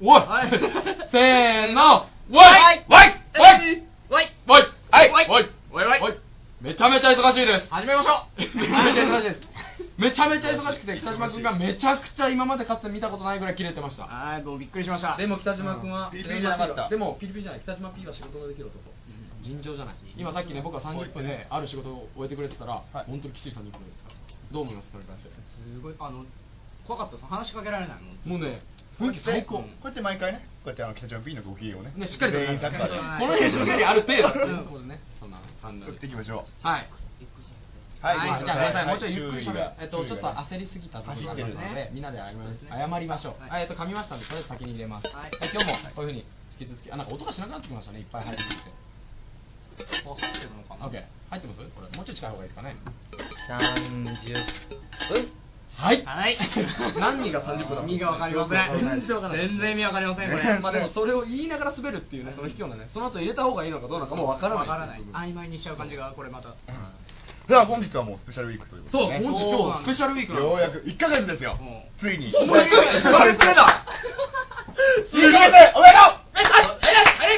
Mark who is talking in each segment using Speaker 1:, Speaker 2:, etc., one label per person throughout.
Speaker 1: おい
Speaker 2: はい
Speaker 1: せーのおい
Speaker 2: はい
Speaker 1: おいおい
Speaker 2: わい
Speaker 1: おい
Speaker 2: はい
Speaker 1: おい
Speaker 2: おいおい
Speaker 1: おいめちゃめちゃ忙しいです
Speaker 2: 始めましょう
Speaker 1: めちゃめちゃ忙し いですめちゃめちゃ忙しくて北島君がめちゃくちゃ今までかつて見たことないぐらい切れてました
Speaker 2: あーもうびっくりしました
Speaker 3: でも北島君は
Speaker 2: ピリピリじゃなかった
Speaker 3: でもピリピリじゃない北島 P は仕事のできる男尋常じゃない
Speaker 1: 今さっきね僕は30分である仕事を終えてくれてたら本当にきっちり30分でどう思いますそれに対して
Speaker 2: すごいあの怖かったです話しかけられないもん
Speaker 1: もうね雰囲気最高
Speaker 2: うん
Speaker 1: ね
Speaker 4: こうやって毎回ね、こうやってあの北島 B のご機嫌をね、
Speaker 1: しっかりと
Speaker 4: 全員
Speaker 1: ね
Speaker 4: サッカーで
Speaker 2: はい
Speaker 1: この辺しっかりある程度
Speaker 3: なるほどね
Speaker 1: そんな感じ
Speaker 4: 打っていきましょう。
Speaker 1: はい
Speaker 2: はい
Speaker 1: じゃあごめんなさい、もうちょいゆっくりしゃべる
Speaker 4: は。い
Speaker 1: えっと、ちょっと焦りすぎたところがあります
Speaker 2: 走っ
Speaker 1: の
Speaker 2: てる
Speaker 1: で、みんなで謝りま謝りましょう。
Speaker 2: はい
Speaker 1: あえっと、噛みましたんで、とりあえず先に入れます。
Speaker 2: は
Speaker 1: はいい、今日もこういうふうに引き続き、あ、なんか音がしなくなってきましたね、いっぱい入ってきて。
Speaker 2: こう入ってるのか
Speaker 1: オ
Speaker 2: な
Speaker 1: ッケー、入ってますこれ、もうちょい近い方がいいですかね。
Speaker 3: 30
Speaker 1: はい。
Speaker 2: はい
Speaker 3: 何が30分だ
Speaker 2: 意味がわかりませ
Speaker 3: 全
Speaker 2: ん
Speaker 3: 然わかんない
Speaker 2: 全然意味わかりませんこれ
Speaker 1: まあでもそれを言いながら滑るっていうね、その卑怯なね、その後入れた方がいいのかどうなのかもうわからない。
Speaker 2: わからない曖昧にしちゃう感じがこれまた
Speaker 4: では本日はもうスペシャルウィークということ
Speaker 1: そう、
Speaker 4: で、
Speaker 1: 本
Speaker 4: ね。
Speaker 1: 日今日スペシャルウィークなん
Speaker 4: よ
Speaker 1: で
Speaker 4: う
Speaker 1: す
Speaker 4: やく1ヶ月ですよ
Speaker 2: も。
Speaker 4: ついに。
Speaker 1: お前強いお前強いな
Speaker 4: 一ヶ月おめでとう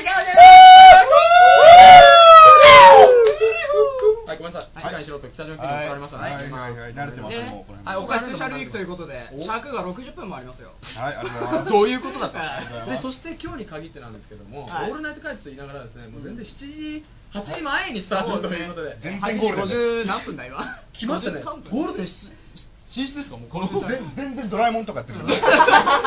Speaker 1: はい、ごめんなさい、静かにしろと北島君に怒られましたね。
Speaker 4: はいはいはい慣れてます
Speaker 2: で
Speaker 4: ねもうこの辺
Speaker 2: はい、おかスペシャルウィークということで
Speaker 1: お
Speaker 2: 尺が60分もありますよ
Speaker 4: はい、ありがとうございます。
Speaker 1: どういうことだっ
Speaker 2: あり
Speaker 4: がとうござ
Speaker 1: た
Speaker 4: いま
Speaker 1: ですそして今日に限ってなんですけども、
Speaker 2: はい
Speaker 1: オールナイト解説と言いながらですねもう全然7時8時前にスタートということで
Speaker 4: 全然
Speaker 2: 8
Speaker 4: ゴ
Speaker 2: 時
Speaker 4: ールデン
Speaker 2: 50何分だ今
Speaker 1: 来ましたね
Speaker 2: 53分
Speaker 1: ゴールデンし進出ですかもうこの
Speaker 4: 全全然ドラえもんとかやっ てる。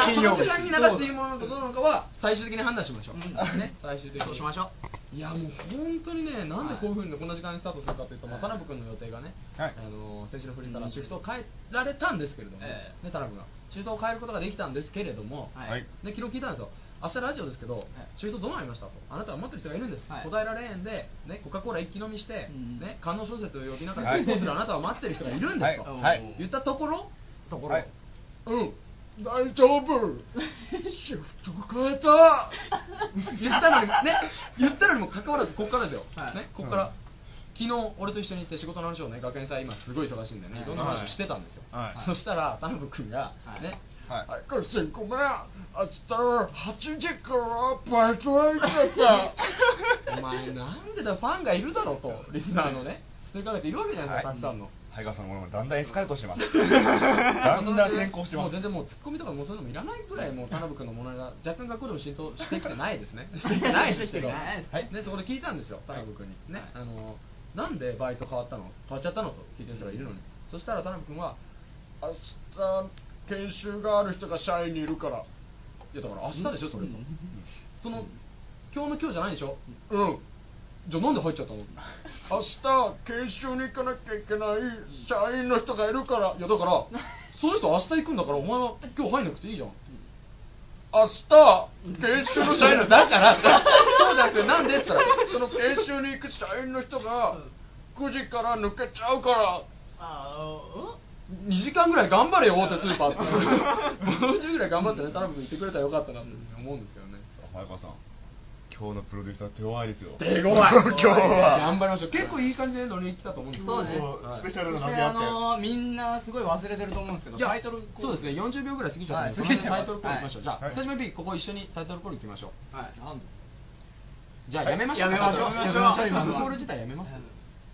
Speaker 4: 金
Speaker 1: その
Speaker 4: 曜日
Speaker 1: 時。間に流していいものなのかどうなのかは最終的に判断しましょう、
Speaker 2: うん
Speaker 1: ね最終的に
Speaker 2: そうしましょ
Speaker 1: いやもう本当にねなんでこういうふうにこんな時間にスタートするかというと、まあ、田辺君の予定がね、
Speaker 4: はい
Speaker 1: あの先週のフリーからシフトを変えられたんですけれども、
Speaker 2: ええ
Speaker 1: ね田辺がシフトを変えることができたんですけれども、
Speaker 2: はい
Speaker 4: はい
Speaker 1: で昨日聞いたんですよ明日ラジオですけど、
Speaker 2: ええ
Speaker 1: シフトどうなりましたとあなたは待ってる人がいるんです、
Speaker 2: はい
Speaker 1: 答えられへんで、ね、コカ・コーラ一気飲みして、
Speaker 2: うん
Speaker 1: ね、観音小説を読みなが
Speaker 4: は
Speaker 1: ら
Speaker 4: い
Speaker 1: 結婚するあなたは待ってる人がいるんですと、
Speaker 4: はいはい
Speaker 1: 言ったところところ、
Speaker 4: はい
Speaker 1: うん大丈 夫シフト変えた言ったのにね言ったのにもかかわらずここからですよ、
Speaker 2: はい
Speaker 1: ね、ここから、
Speaker 4: うん
Speaker 1: 昨日俺と一緒に行って仕事の話をね学園祭今すごい忙しいんでね、
Speaker 2: はい
Speaker 1: い、ろんな話をしてたんですよ、
Speaker 4: はい
Speaker 1: そしたら田辺君が
Speaker 2: はい
Speaker 1: ね、
Speaker 4: はい
Speaker 1: あごめん、ごめん、明日8時からバイト入ってた。お前、なんでだ、ファンがいるだろうと、リスナーのね、一人かけているわけじゃないですか、たくさんの。
Speaker 4: ハイガーさんのものもだんだんエスカレートしてます。
Speaker 1: まあ
Speaker 4: だ
Speaker 1: そ
Speaker 4: ん
Speaker 1: れ
Speaker 4: だん
Speaker 1: で
Speaker 4: 先行してま
Speaker 1: もう
Speaker 4: す。
Speaker 1: 全然もうツッコミとかもうそういうのもいらないぐらいもう田辺君のものが若干学校でも浸透してきてないですねしてきてないですけど、
Speaker 2: してきてないですね
Speaker 1: はいね、そこで聞いたんですよ田辺君に、ね
Speaker 2: はい
Speaker 1: あのなんでバイト変わったの変わっちゃったのと聞いてる人がいるのに、そしたら田辺君は明日研修がある人が社員にいるからいやだから明日でしょそれと、
Speaker 2: うん
Speaker 1: その今日の今日じゃないでしょうんじゃあなんで入っちゃったの明日研修に行かなきゃいけない社員の人がいるからいやだ からその人明日行くんだからお前は今日入んなくていいじゃん明日研修の社員のだから そうじゃなくてなんでって言ったらその研修に行く社員の人が9時から抜けちゃうから
Speaker 2: あー
Speaker 1: 2時間ぐらい頑張れよ大手スーパーってもう10ぐらい頑張ってね田辺君行ってくれたらよかったなって思うんですけ どね
Speaker 4: 早川さん今日のプロデューサー手強いですよ
Speaker 1: 手強い
Speaker 4: 今日は
Speaker 1: 頑張りましょう結構いい感じで乗り切ったと思うんですけど
Speaker 2: そうね
Speaker 4: もうスペシャル
Speaker 2: そ
Speaker 4: な
Speaker 2: し
Speaker 4: 何
Speaker 2: て
Speaker 4: であ
Speaker 2: あ
Speaker 4: って
Speaker 2: のーみんなすごい忘れてると思うんですけど
Speaker 1: いや
Speaker 2: タイトルコール
Speaker 1: そうですね40秒ぐらい過ぎちゃったんで、
Speaker 2: はい
Speaker 1: そのタイトルコールいきましょう、
Speaker 4: はい
Speaker 1: じゃあ北島 B ここ一緒にタイトルコールいきましょう
Speaker 2: はいなんだ
Speaker 1: じゃあやめましょう、
Speaker 2: やめましょう
Speaker 1: やめましょう
Speaker 2: やめましょう
Speaker 1: 今のコール自体やめます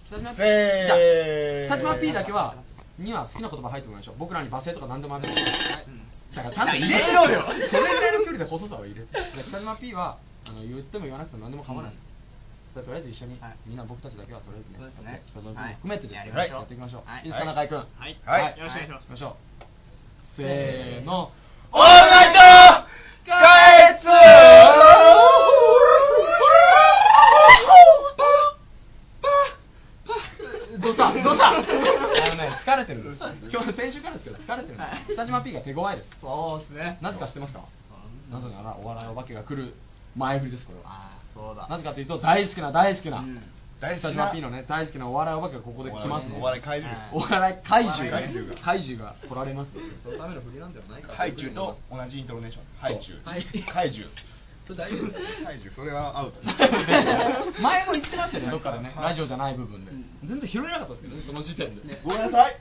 Speaker 1: 北島 P
Speaker 4: せー
Speaker 1: じゃあ北島 P だけはには好きな言葉入ってもらいましょう僕らに罵声とか何でもあるんですだからちゃんと入れようよそれぐらいの距離で細さを入れるじゃあ北島 P はあの言っても言わなくても何でも構わないです、じゃあとりあえず一緒に、
Speaker 2: はい
Speaker 1: みんな僕たちだけはとりあえずね
Speaker 2: そうですね
Speaker 1: 北島 P も含めてですね、
Speaker 2: はい
Speaker 1: やっていきましょう、
Speaker 2: はい
Speaker 1: い、いですか中居君
Speaker 2: はい
Speaker 4: はい
Speaker 2: よろしくお願いします
Speaker 1: 行きましょうせーの、
Speaker 4: オールナイトガエツ
Speaker 1: どうしたどうしたあのね、疲れてるんです。今日、先週からですけど、疲れてるんで
Speaker 2: はい
Speaker 1: す。北島 P が手強いです。
Speaker 2: そうですね
Speaker 1: なぜか知ってますかなぜなら、お笑いお化けが来る前振りです、これは。
Speaker 2: ああそうだ
Speaker 1: なぜかというと、大好きな、大好きな
Speaker 2: うん、
Speaker 4: 大好きな
Speaker 1: 北島 P のね、大好きなお笑いお化けがここで来ますので
Speaker 4: お笑い怪獣
Speaker 1: お笑い怪獣
Speaker 4: 怪獣が
Speaker 1: 怪獣が来られますので。そのための振りなんではないか
Speaker 4: ハイチュウと同じイントロネーションハイチュウ
Speaker 1: はい
Speaker 4: ハイジュウ
Speaker 1: それ大丈夫です。
Speaker 4: ハイジュウそれはア ウト
Speaker 1: 前も言ってましたよね、どっかでね、
Speaker 4: はい
Speaker 1: ラジオじゃない部分で
Speaker 2: う、ん
Speaker 1: 全然拾えなかったですけどね、その時点で。
Speaker 4: ごめんなさい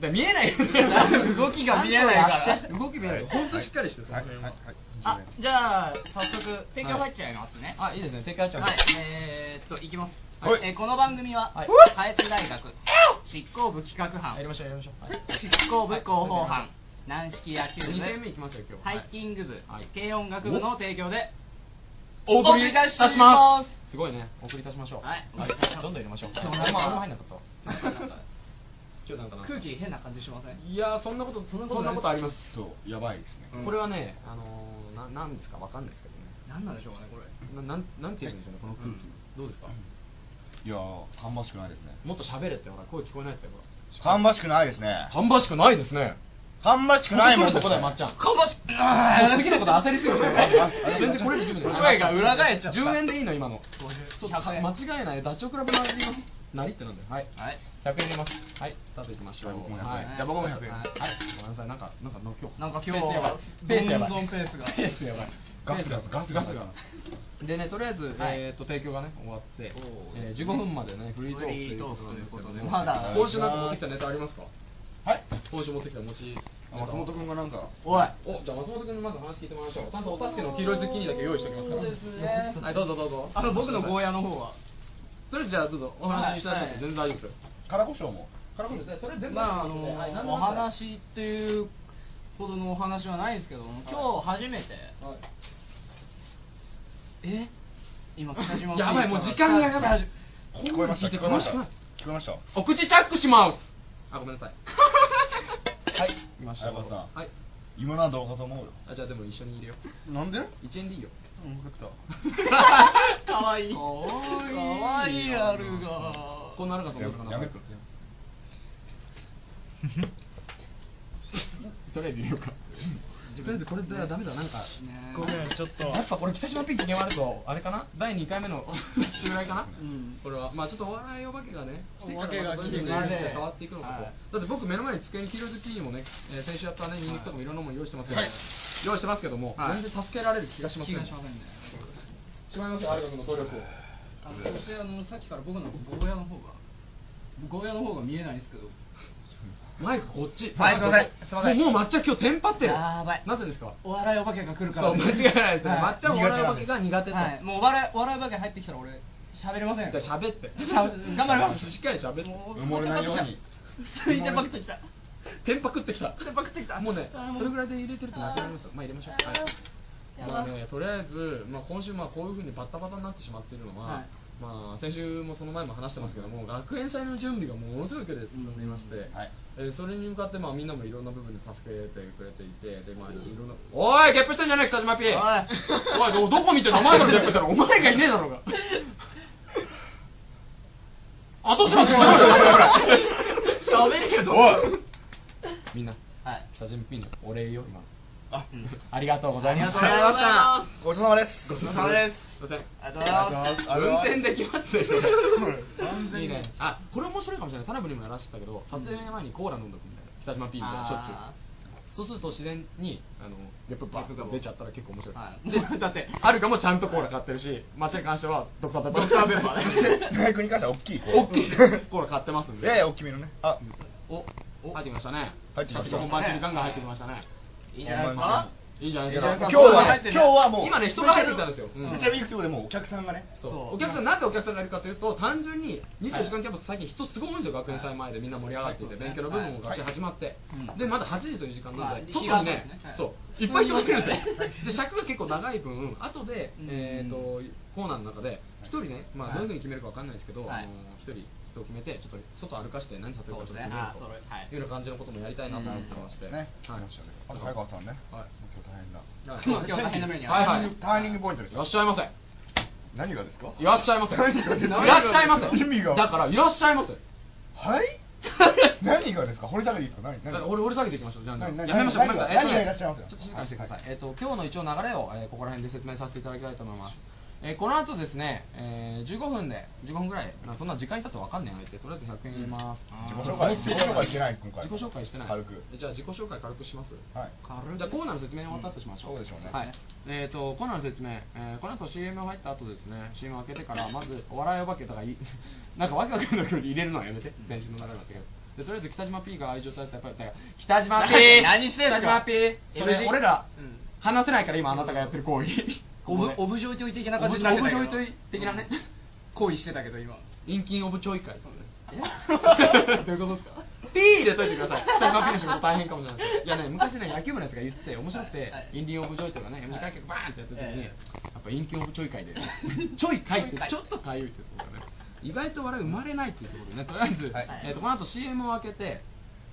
Speaker 2: ら見えないよね動きが見えないから動き見えない
Speaker 5: 本当しっかりしてその
Speaker 4: はいは
Speaker 5: 辺
Speaker 4: い
Speaker 5: は
Speaker 2: あじゃあ早速提供入っちゃいますね
Speaker 1: あいいですね提供入っちゃいま
Speaker 2: はい
Speaker 1: す、
Speaker 2: えー、っといきます、
Speaker 4: はい
Speaker 2: えーこの番組は
Speaker 1: はい
Speaker 2: 開越大学執行部企画班
Speaker 1: やりましょうやりましょう、はい
Speaker 2: 執行部広報班軟式野球部
Speaker 1: 二戦目いきますよ今日
Speaker 2: ハイキング部、
Speaker 1: はい
Speaker 2: 軽音楽部の提供で
Speaker 5: お送りいたします
Speaker 1: すごいね送り出しましょう
Speaker 2: はい
Speaker 1: どんどん入れましょう
Speaker 2: 今
Speaker 1: 今
Speaker 2: 日
Speaker 1: 日何
Speaker 2: なんか
Speaker 1: もあんま入んなかったわ
Speaker 2: なんかなんか
Speaker 1: 今日なんかなんか
Speaker 2: 空気変な感じしません
Speaker 5: いやーそんなことそんなことない
Speaker 1: あります
Speaker 4: そうやばいですね
Speaker 2: うん
Speaker 1: これはねあのー、ななんですかわかんないですけど
Speaker 2: 何なんでしょうかねこれ
Speaker 1: ねななんなんて言うんでしょうねこの空気、どうですか、
Speaker 4: いやー芳しくないですね
Speaker 1: もっと喋れってほら声聞こえないってほら
Speaker 4: 芳しくないですね
Speaker 1: 芳しくないですね
Speaker 4: 芳しくないもん
Speaker 1: こ
Speaker 4: で
Speaker 1: こ来るとこ
Speaker 4: す
Speaker 1: だよ
Speaker 4: ね
Speaker 1: まっちゃん
Speaker 2: かし
Speaker 1: もう次のこと焦りすぎるよ全然これる気分ない
Speaker 2: 声が裏返っちゃった
Speaker 1: 10円でいいの今の
Speaker 2: 50
Speaker 1: そう
Speaker 2: 100円
Speaker 1: 間違えないダチョウ倶楽部のなりますなりってなんだよはい
Speaker 2: はい
Speaker 1: 100円入れますはいスタートいきましょう
Speaker 4: はい僕も100円
Speaker 1: はい
Speaker 4: じゃあ僕も100円
Speaker 1: はいごめんなさいなんかなんかの今日
Speaker 2: なんか今
Speaker 1: ペー
Speaker 2: 日
Speaker 1: スやばいペースやばい
Speaker 2: どんどんペースが
Speaker 1: ペースやばい
Speaker 4: ガスガス
Speaker 1: ペー
Speaker 4: ガス
Speaker 1: ガ
Speaker 4: ガ
Speaker 1: ス
Speaker 4: ス
Speaker 1: がでねとりあえず
Speaker 2: はい
Speaker 1: えーっと提供がね終わって
Speaker 2: おー
Speaker 1: えー15分までねフリートーク
Speaker 2: フリートークということで
Speaker 1: という
Speaker 2: まだ
Speaker 1: 今週なんか持ってきたネタありますか
Speaker 4: はい
Speaker 1: 今週持ってきた餅
Speaker 4: あ松本君がなんか
Speaker 2: おい
Speaker 1: おじゃあ松本君にまず話聞いてもらいましょうちゃんとお助けの黄色いズッキーニだけ用意しておきますから
Speaker 2: そうですね
Speaker 1: はいどうぞどうぞ
Speaker 2: あの僕のゴーヤの方は
Speaker 1: とりあえずじゃあどうぞお話ししたいこと全然大丈夫ですよ
Speaker 4: 辛胡椒も
Speaker 1: からとりあえず全部
Speaker 2: まああの
Speaker 1: はい
Speaker 2: お話っていうほどのお話はないんですけども今日初めてえ今北島
Speaker 1: やばいもう時間がやばい
Speaker 4: 聞こえました
Speaker 1: 聞い
Speaker 4: 聞
Speaker 1: て
Speaker 4: こえま
Speaker 1: 楽し
Speaker 4: した
Speaker 1: く
Speaker 4: 聞
Speaker 1: ない
Speaker 4: こえましたは
Speaker 1: お口チャックしますあごめんなさい
Speaker 4: い
Speaker 1: 行きましょう
Speaker 4: 相葉さん
Speaker 1: はい
Speaker 4: 今なんだろうかと思うよ
Speaker 1: あじゃあでも一緒に入れよ
Speaker 4: なんで
Speaker 1: う1円でいいよ
Speaker 4: うん分かっ
Speaker 2: かわいい
Speaker 1: か
Speaker 2: か
Speaker 1: わいい
Speaker 2: わいいあるが
Speaker 1: こんなあるかと思うかな
Speaker 4: やめ
Speaker 1: とりあえず入れようかとりあえずこれじゃダメだなんか
Speaker 2: ね
Speaker 1: ごめん
Speaker 6: ちょっと
Speaker 1: やっぱこれ北島ピンク決まるとあれかな第2回目 の襲来かな、
Speaker 2: うん
Speaker 1: これはまあちょっとお笑いお化けがね
Speaker 6: お化けが来てね
Speaker 1: 来からまたどういう風に変わっていくのかと、
Speaker 2: はい
Speaker 1: だって僕目の前に机に黄色いズッキーニもね、えー先週やったねニンニクとかもいろんなもの用意してますけど、用意してますけども、
Speaker 2: はい
Speaker 1: 全然助けられる気がしません
Speaker 2: 気がしませんね
Speaker 1: 違いますよ有賀君の努力を
Speaker 2: あのそしてあのさっきから僕のゴーヤの方がゴーヤの方が見えないんですけど
Speaker 1: マイクこっち
Speaker 2: はいすいませんすいません
Speaker 1: もう抹茶今日テンパってる
Speaker 2: やばい
Speaker 1: なぜですか
Speaker 2: お笑いお化けが来るから
Speaker 1: そう間違いないですね、
Speaker 2: は
Speaker 1: 抹茶もお笑いお化けが苦手と、
Speaker 2: はいもうお笑いお笑いお化け入ってきたら俺喋れませんよ
Speaker 1: だから喋って
Speaker 2: しゃべ頑張ります
Speaker 1: しっかり喋って
Speaker 2: も
Speaker 4: 埋もれないように
Speaker 2: ついてパクってきた
Speaker 1: テンパクってきた
Speaker 2: テンパクってきた
Speaker 1: もうね
Speaker 2: あーもう
Speaker 1: それぐらいで入れてるとなくなりますよ
Speaker 2: あー
Speaker 1: まあ入れましょう
Speaker 2: あ
Speaker 1: はい
Speaker 2: ーやば
Speaker 1: まあね、とりあえず、まあ、今週まあこういうふうにバッタバタになってしまっているのは、
Speaker 2: はい
Speaker 1: まあ、先週もその前も話してますけども学園祭の準備がものすごい勢いで進んでいまして、
Speaker 4: はい
Speaker 1: えーそれに向かってまあみんなもいろんな部分で助けてくれていてで、まあ、いろんなおいゲップしてんじゃねえ北島 P
Speaker 2: おい
Speaker 1: おいどどこ見てんのお前からゲップ したのお前がいねえだろうが後始末しろよ ほら
Speaker 2: 喋れよどう
Speaker 1: みんな
Speaker 2: はい
Speaker 1: 北島 P にお礼よ今
Speaker 4: あ
Speaker 1: ありがとうございます
Speaker 2: ありがとうございました
Speaker 4: ごちそうさまです
Speaker 1: ごちそうさまですすいません
Speaker 2: ありがとうございます
Speaker 4: ありがとうございます
Speaker 1: 運転できますね
Speaker 2: 完全に
Speaker 1: いいねあこれ面白いかもしれない田辺にもやらせてたけど撮影前にコーラ飲んどくみたいな北島 P みたいなしょっちゅう
Speaker 2: あ
Speaker 1: そうすると自然にあのゲップバ
Speaker 2: ゲップ
Speaker 1: ー
Speaker 2: が
Speaker 1: が出ちゃったら結構面白い、
Speaker 2: はい
Speaker 1: でだってあるかもちゃんとコーラ買ってるし抹茶に関してはドクターペッパードクターペッパ
Speaker 4: 大学に関しては大き い
Speaker 1: 大きい コーラ買ってますんで
Speaker 4: やや大きめのねあ
Speaker 1: おお入ってきましたね
Speaker 4: 入ってき
Speaker 1: さっ
Speaker 4: ました
Speaker 1: きの本番中にガンガン入ってきましたね
Speaker 2: いいんじゃないですか
Speaker 1: いいじゃない
Speaker 4: い
Speaker 1: で
Speaker 4: や
Speaker 1: すか
Speaker 4: 今日は
Speaker 2: ね
Speaker 4: 今日はもう
Speaker 1: 今ね人が入ってきたんですようん
Speaker 4: スペシャルウィーク今日でもうお客さんがね
Speaker 1: そう
Speaker 2: そう
Speaker 1: お客さんなんでお客さんがいるかというと単純に24時間キャンパス最近人すごい多いんですよ学園祭前でみんな盛り上がっていて
Speaker 2: はい
Speaker 1: 勉強の部分も
Speaker 4: は
Speaker 1: 学
Speaker 4: い
Speaker 1: 園始まって
Speaker 2: うん
Speaker 1: でまだ8時という時間なので
Speaker 2: はい
Speaker 1: 外に
Speaker 2: 日が当た
Speaker 1: ね
Speaker 2: るんですねはい
Speaker 1: そういっぱい人が来るんですよ
Speaker 2: はい
Speaker 1: で尺が結構長い分後で
Speaker 2: うん
Speaker 1: えーとコーナーの中で1人ねまあどういうふうに決めるかわかんないですけど
Speaker 2: はい
Speaker 1: あの1人人を決めてちょっと外歩かして何させるかちょっと決める
Speaker 2: そうですねあーそれはい
Speaker 1: というような感じのこともやりたいなと思ってまして
Speaker 4: ね
Speaker 1: はい
Speaker 4: 来ましたねあと早川さんね
Speaker 1: はい
Speaker 4: 今日大変だ
Speaker 1: はい
Speaker 2: 今日大変な目に遭う
Speaker 1: はいはい
Speaker 4: ターニングポイントです
Speaker 1: いらっしゃいませ
Speaker 4: 何がですか
Speaker 1: いらっしゃいませ。いらっし
Speaker 4: が
Speaker 1: ゃいませ。
Speaker 4: 意味が
Speaker 1: だから、いらっしゃいませ。
Speaker 4: はい 何がですか掘り下げていいですか何何
Speaker 1: 俺、俺下げていきましょう。じゃあ、や
Speaker 4: 何
Speaker 1: め
Speaker 4: 何
Speaker 1: ましょう。ごめんなさい。
Speaker 4: 何が何が
Speaker 1: え
Speaker 4: いら
Speaker 1: っ
Speaker 4: っ
Speaker 1: と
Speaker 4: しゃいま
Speaker 1: ねちょ
Speaker 4: せ
Speaker 1: っと静かにしてください。えっと、今日の一応流れを、えーここら辺で説明させていただきたいと思います。えーこの後ですね、えー15分で、15分ぐらい、まあそんな時間いたとわかんない相手、とりあえず100円入れます。
Speaker 4: 自己紹介自己紹介してない今回
Speaker 1: 自己紹介してない。
Speaker 4: 軽く
Speaker 1: えじゃあ、自己紹介軽くします。
Speaker 4: はい
Speaker 2: 軽い
Speaker 1: じゃあコーナーの説明終わったとしましょう。
Speaker 4: うんそうでしょうね
Speaker 1: はい。えっ、とコーナーの説明、えーこの後 CM 入った後ですね、CM 開けてからまずお笑いお化けとかいなんかわけわかんなく入れるのはやめて。先週の流れだったけど。でとりあえず北島 P が愛情体制やっぱりだから北島 P
Speaker 6: 何してんす
Speaker 1: 北島
Speaker 6: か
Speaker 1: P
Speaker 6: それ
Speaker 1: NG
Speaker 6: 俺ら
Speaker 1: うん話せないから今あなたがやってる行為
Speaker 6: オブオブジョイトイ的な感じになってたけど
Speaker 1: オブジョイトイ的なね
Speaker 6: 行為してたけど今
Speaker 1: 陰菌オブちょい会え どういうことですか P 入れといてください北島 P の仕事大変かもしれないですいやね昔ね野球部のやつが言ってて面白くて「インディオブジョイ」とかね MC 開脚バーンってやった時に
Speaker 6: え
Speaker 1: やっぱ陰菌オブちょい会 でちょい会ってちょっとかゆいってそうだね意外と笑い生まれないっていうところでねとりあえず、
Speaker 6: はい
Speaker 1: えー、とこの後 CM を開けて、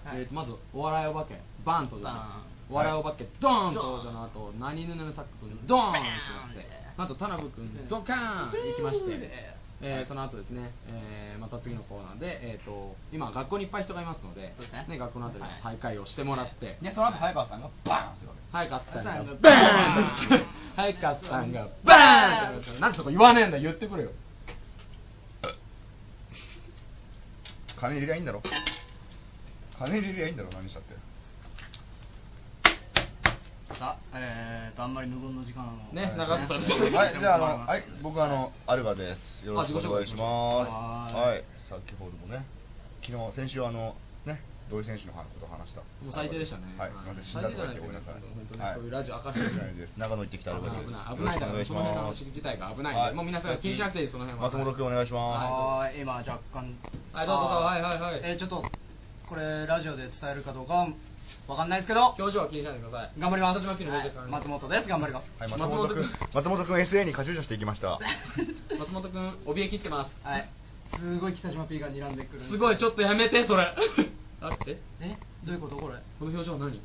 Speaker 6: はい
Speaker 1: えー、とまずお笑いお化けバンとじゃ
Speaker 6: バ
Speaker 1: な
Speaker 6: ン
Speaker 1: いお笑いお化けドーンとじゃなあと何ぬねのサック君ドーンってましてあと田辺君ドカーン行きまして、えーその後ですね、えーまた次のコーナーで、えー、と今学校にいっぱい人がいますので
Speaker 6: そうですね
Speaker 1: 学校の後に
Speaker 6: はい
Speaker 1: 徘徊をしてもらって、
Speaker 6: でその後早川さんがバーンするわけです
Speaker 1: 早かった
Speaker 6: さ
Speaker 1: ん
Speaker 6: んが
Speaker 1: が
Speaker 6: バ
Speaker 1: バ
Speaker 6: ー
Speaker 1: ー
Speaker 6: ン
Speaker 1: ン早かったんがバーンってなんでそこ言わねえんだ言ってくれよ
Speaker 4: 金入れりゃいいんだろ金入れりゃいいんだろ何したって
Speaker 2: さあ、えーと、あんまり無言の時間を。
Speaker 1: ね
Speaker 4: はい
Speaker 1: 長くされてる
Speaker 4: はいじゃああのはい僕あのアルバですよろしくお願いします
Speaker 2: あ自己紹介します
Speaker 4: はい先ほどもね昨日先週あのね土井選手のこと話した
Speaker 1: もう最低でしたね
Speaker 4: はいすみません死んだとか言ってごめんなさい
Speaker 1: 最低じゃな
Speaker 4: は
Speaker 1: いですよ本当にそういうラジオ明るい
Speaker 4: 危ないです長野行ってきたアルバです
Speaker 1: 危ない危ないだから
Speaker 4: よろしく
Speaker 1: その
Speaker 4: お願い
Speaker 1: 辺の
Speaker 4: します
Speaker 1: 話自体が危ないんで
Speaker 4: は
Speaker 1: もう皆さん気にしなくていいですその辺は
Speaker 4: 松本君お願いしま
Speaker 2: あー今若干
Speaker 1: はいどうぞどうぞはいはいはい
Speaker 2: えーちょっとこれラジオで伝えるかどうかはわかんないですけど
Speaker 1: 表情は気にしないでください
Speaker 2: 頑張ります
Speaker 1: 松本君の表情からね
Speaker 2: 松本です頑張ります
Speaker 4: はい松本君松本君 SA にカチューシャしていきました
Speaker 1: 松本君怯え切ってます
Speaker 2: はいすごい北島 P が睨んでくる
Speaker 1: すごいちょっとやめてそれ あれえ
Speaker 2: えどういうことこれ
Speaker 1: この表情何
Speaker 4: はい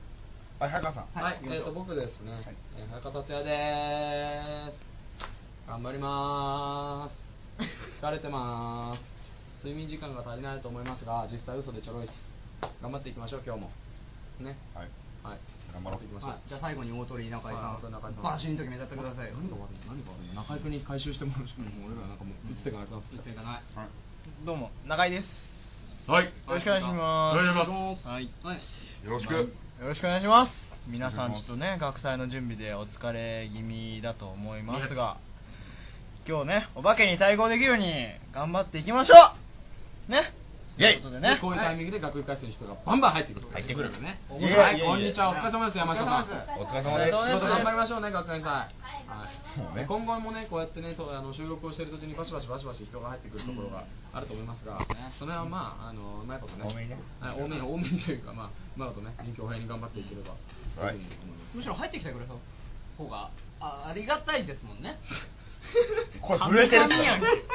Speaker 4: 早川さん
Speaker 1: はい、
Speaker 2: 行きましょ
Speaker 1: え
Speaker 2: う
Speaker 1: っ、と僕ですね、
Speaker 4: はい
Speaker 1: えー早川達也でーす頑張りまーす疲れてまーす睡眠時間が足りないと思いますが実際嘘でちょろいっす頑張っていきましょう今日もね
Speaker 4: はい
Speaker 1: はい
Speaker 4: 頑張ろう
Speaker 1: っていきましょう
Speaker 2: はいじゃあ最後に大鳥中井
Speaker 1: はい
Speaker 2: さ
Speaker 1: 大鳥中井さ
Speaker 2: ん
Speaker 1: ん
Speaker 2: バシーンと決めちゃってくださいよ
Speaker 1: 何が悪いの何が悪いの中居君に回収してもらうしかないもう俺らなんかもう打つ手がなくなって打つ手がない
Speaker 6: どうも中井です
Speaker 5: はいよ
Speaker 6: よろしくお願いします
Speaker 5: お願いします
Speaker 6: はい
Speaker 2: はい
Speaker 4: よろしく
Speaker 6: よろしくお願いします皆さ
Speaker 4: お
Speaker 6: ん
Speaker 4: 願
Speaker 6: ち
Speaker 4: い
Speaker 6: ょ
Speaker 4: し
Speaker 6: っ
Speaker 4: ます
Speaker 6: とね学祭の準備でお疲れ気味だと思いますが今日ねお化けに対抗できるように頑張っていきましょうね
Speaker 4: イェイ
Speaker 6: ということでね
Speaker 1: こういうタイミングで学級会室に人がバンバン入ってくる
Speaker 4: 入ってくる
Speaker 1: ね
Speaker 4: いえいえ
Speaker 1: はい
Speaker 4: いえいえ
Speaker 1: こんにちはお疲れ様です山下さん
Speaker 4: お疲れ様です
Speaker 6: お疲
Speaker 1: 仕
Speaker 6: れ様
Speaker 1: 事
Speaker 6: です
Speaker 1: 頑張りましょうね学園祭はい
Speaker 4: そうね
Speaker 1: 今後もねこうやってねとあの収録をしている途中にバシバシバシバシ人が入ってくるところがあると思いますが、その辺はまああのうまいことね
Speaker 4: 多めにね
Speaker 1: はい多めに多めにというかまあうまいことね臨機応変に頑張っていければ
Speaker 4: はい
Speaker 1: というふうに思います
Speaker 2: むしろ入ってきてくれた方があありがたいですも んね
Speaker 4: これ震えてるから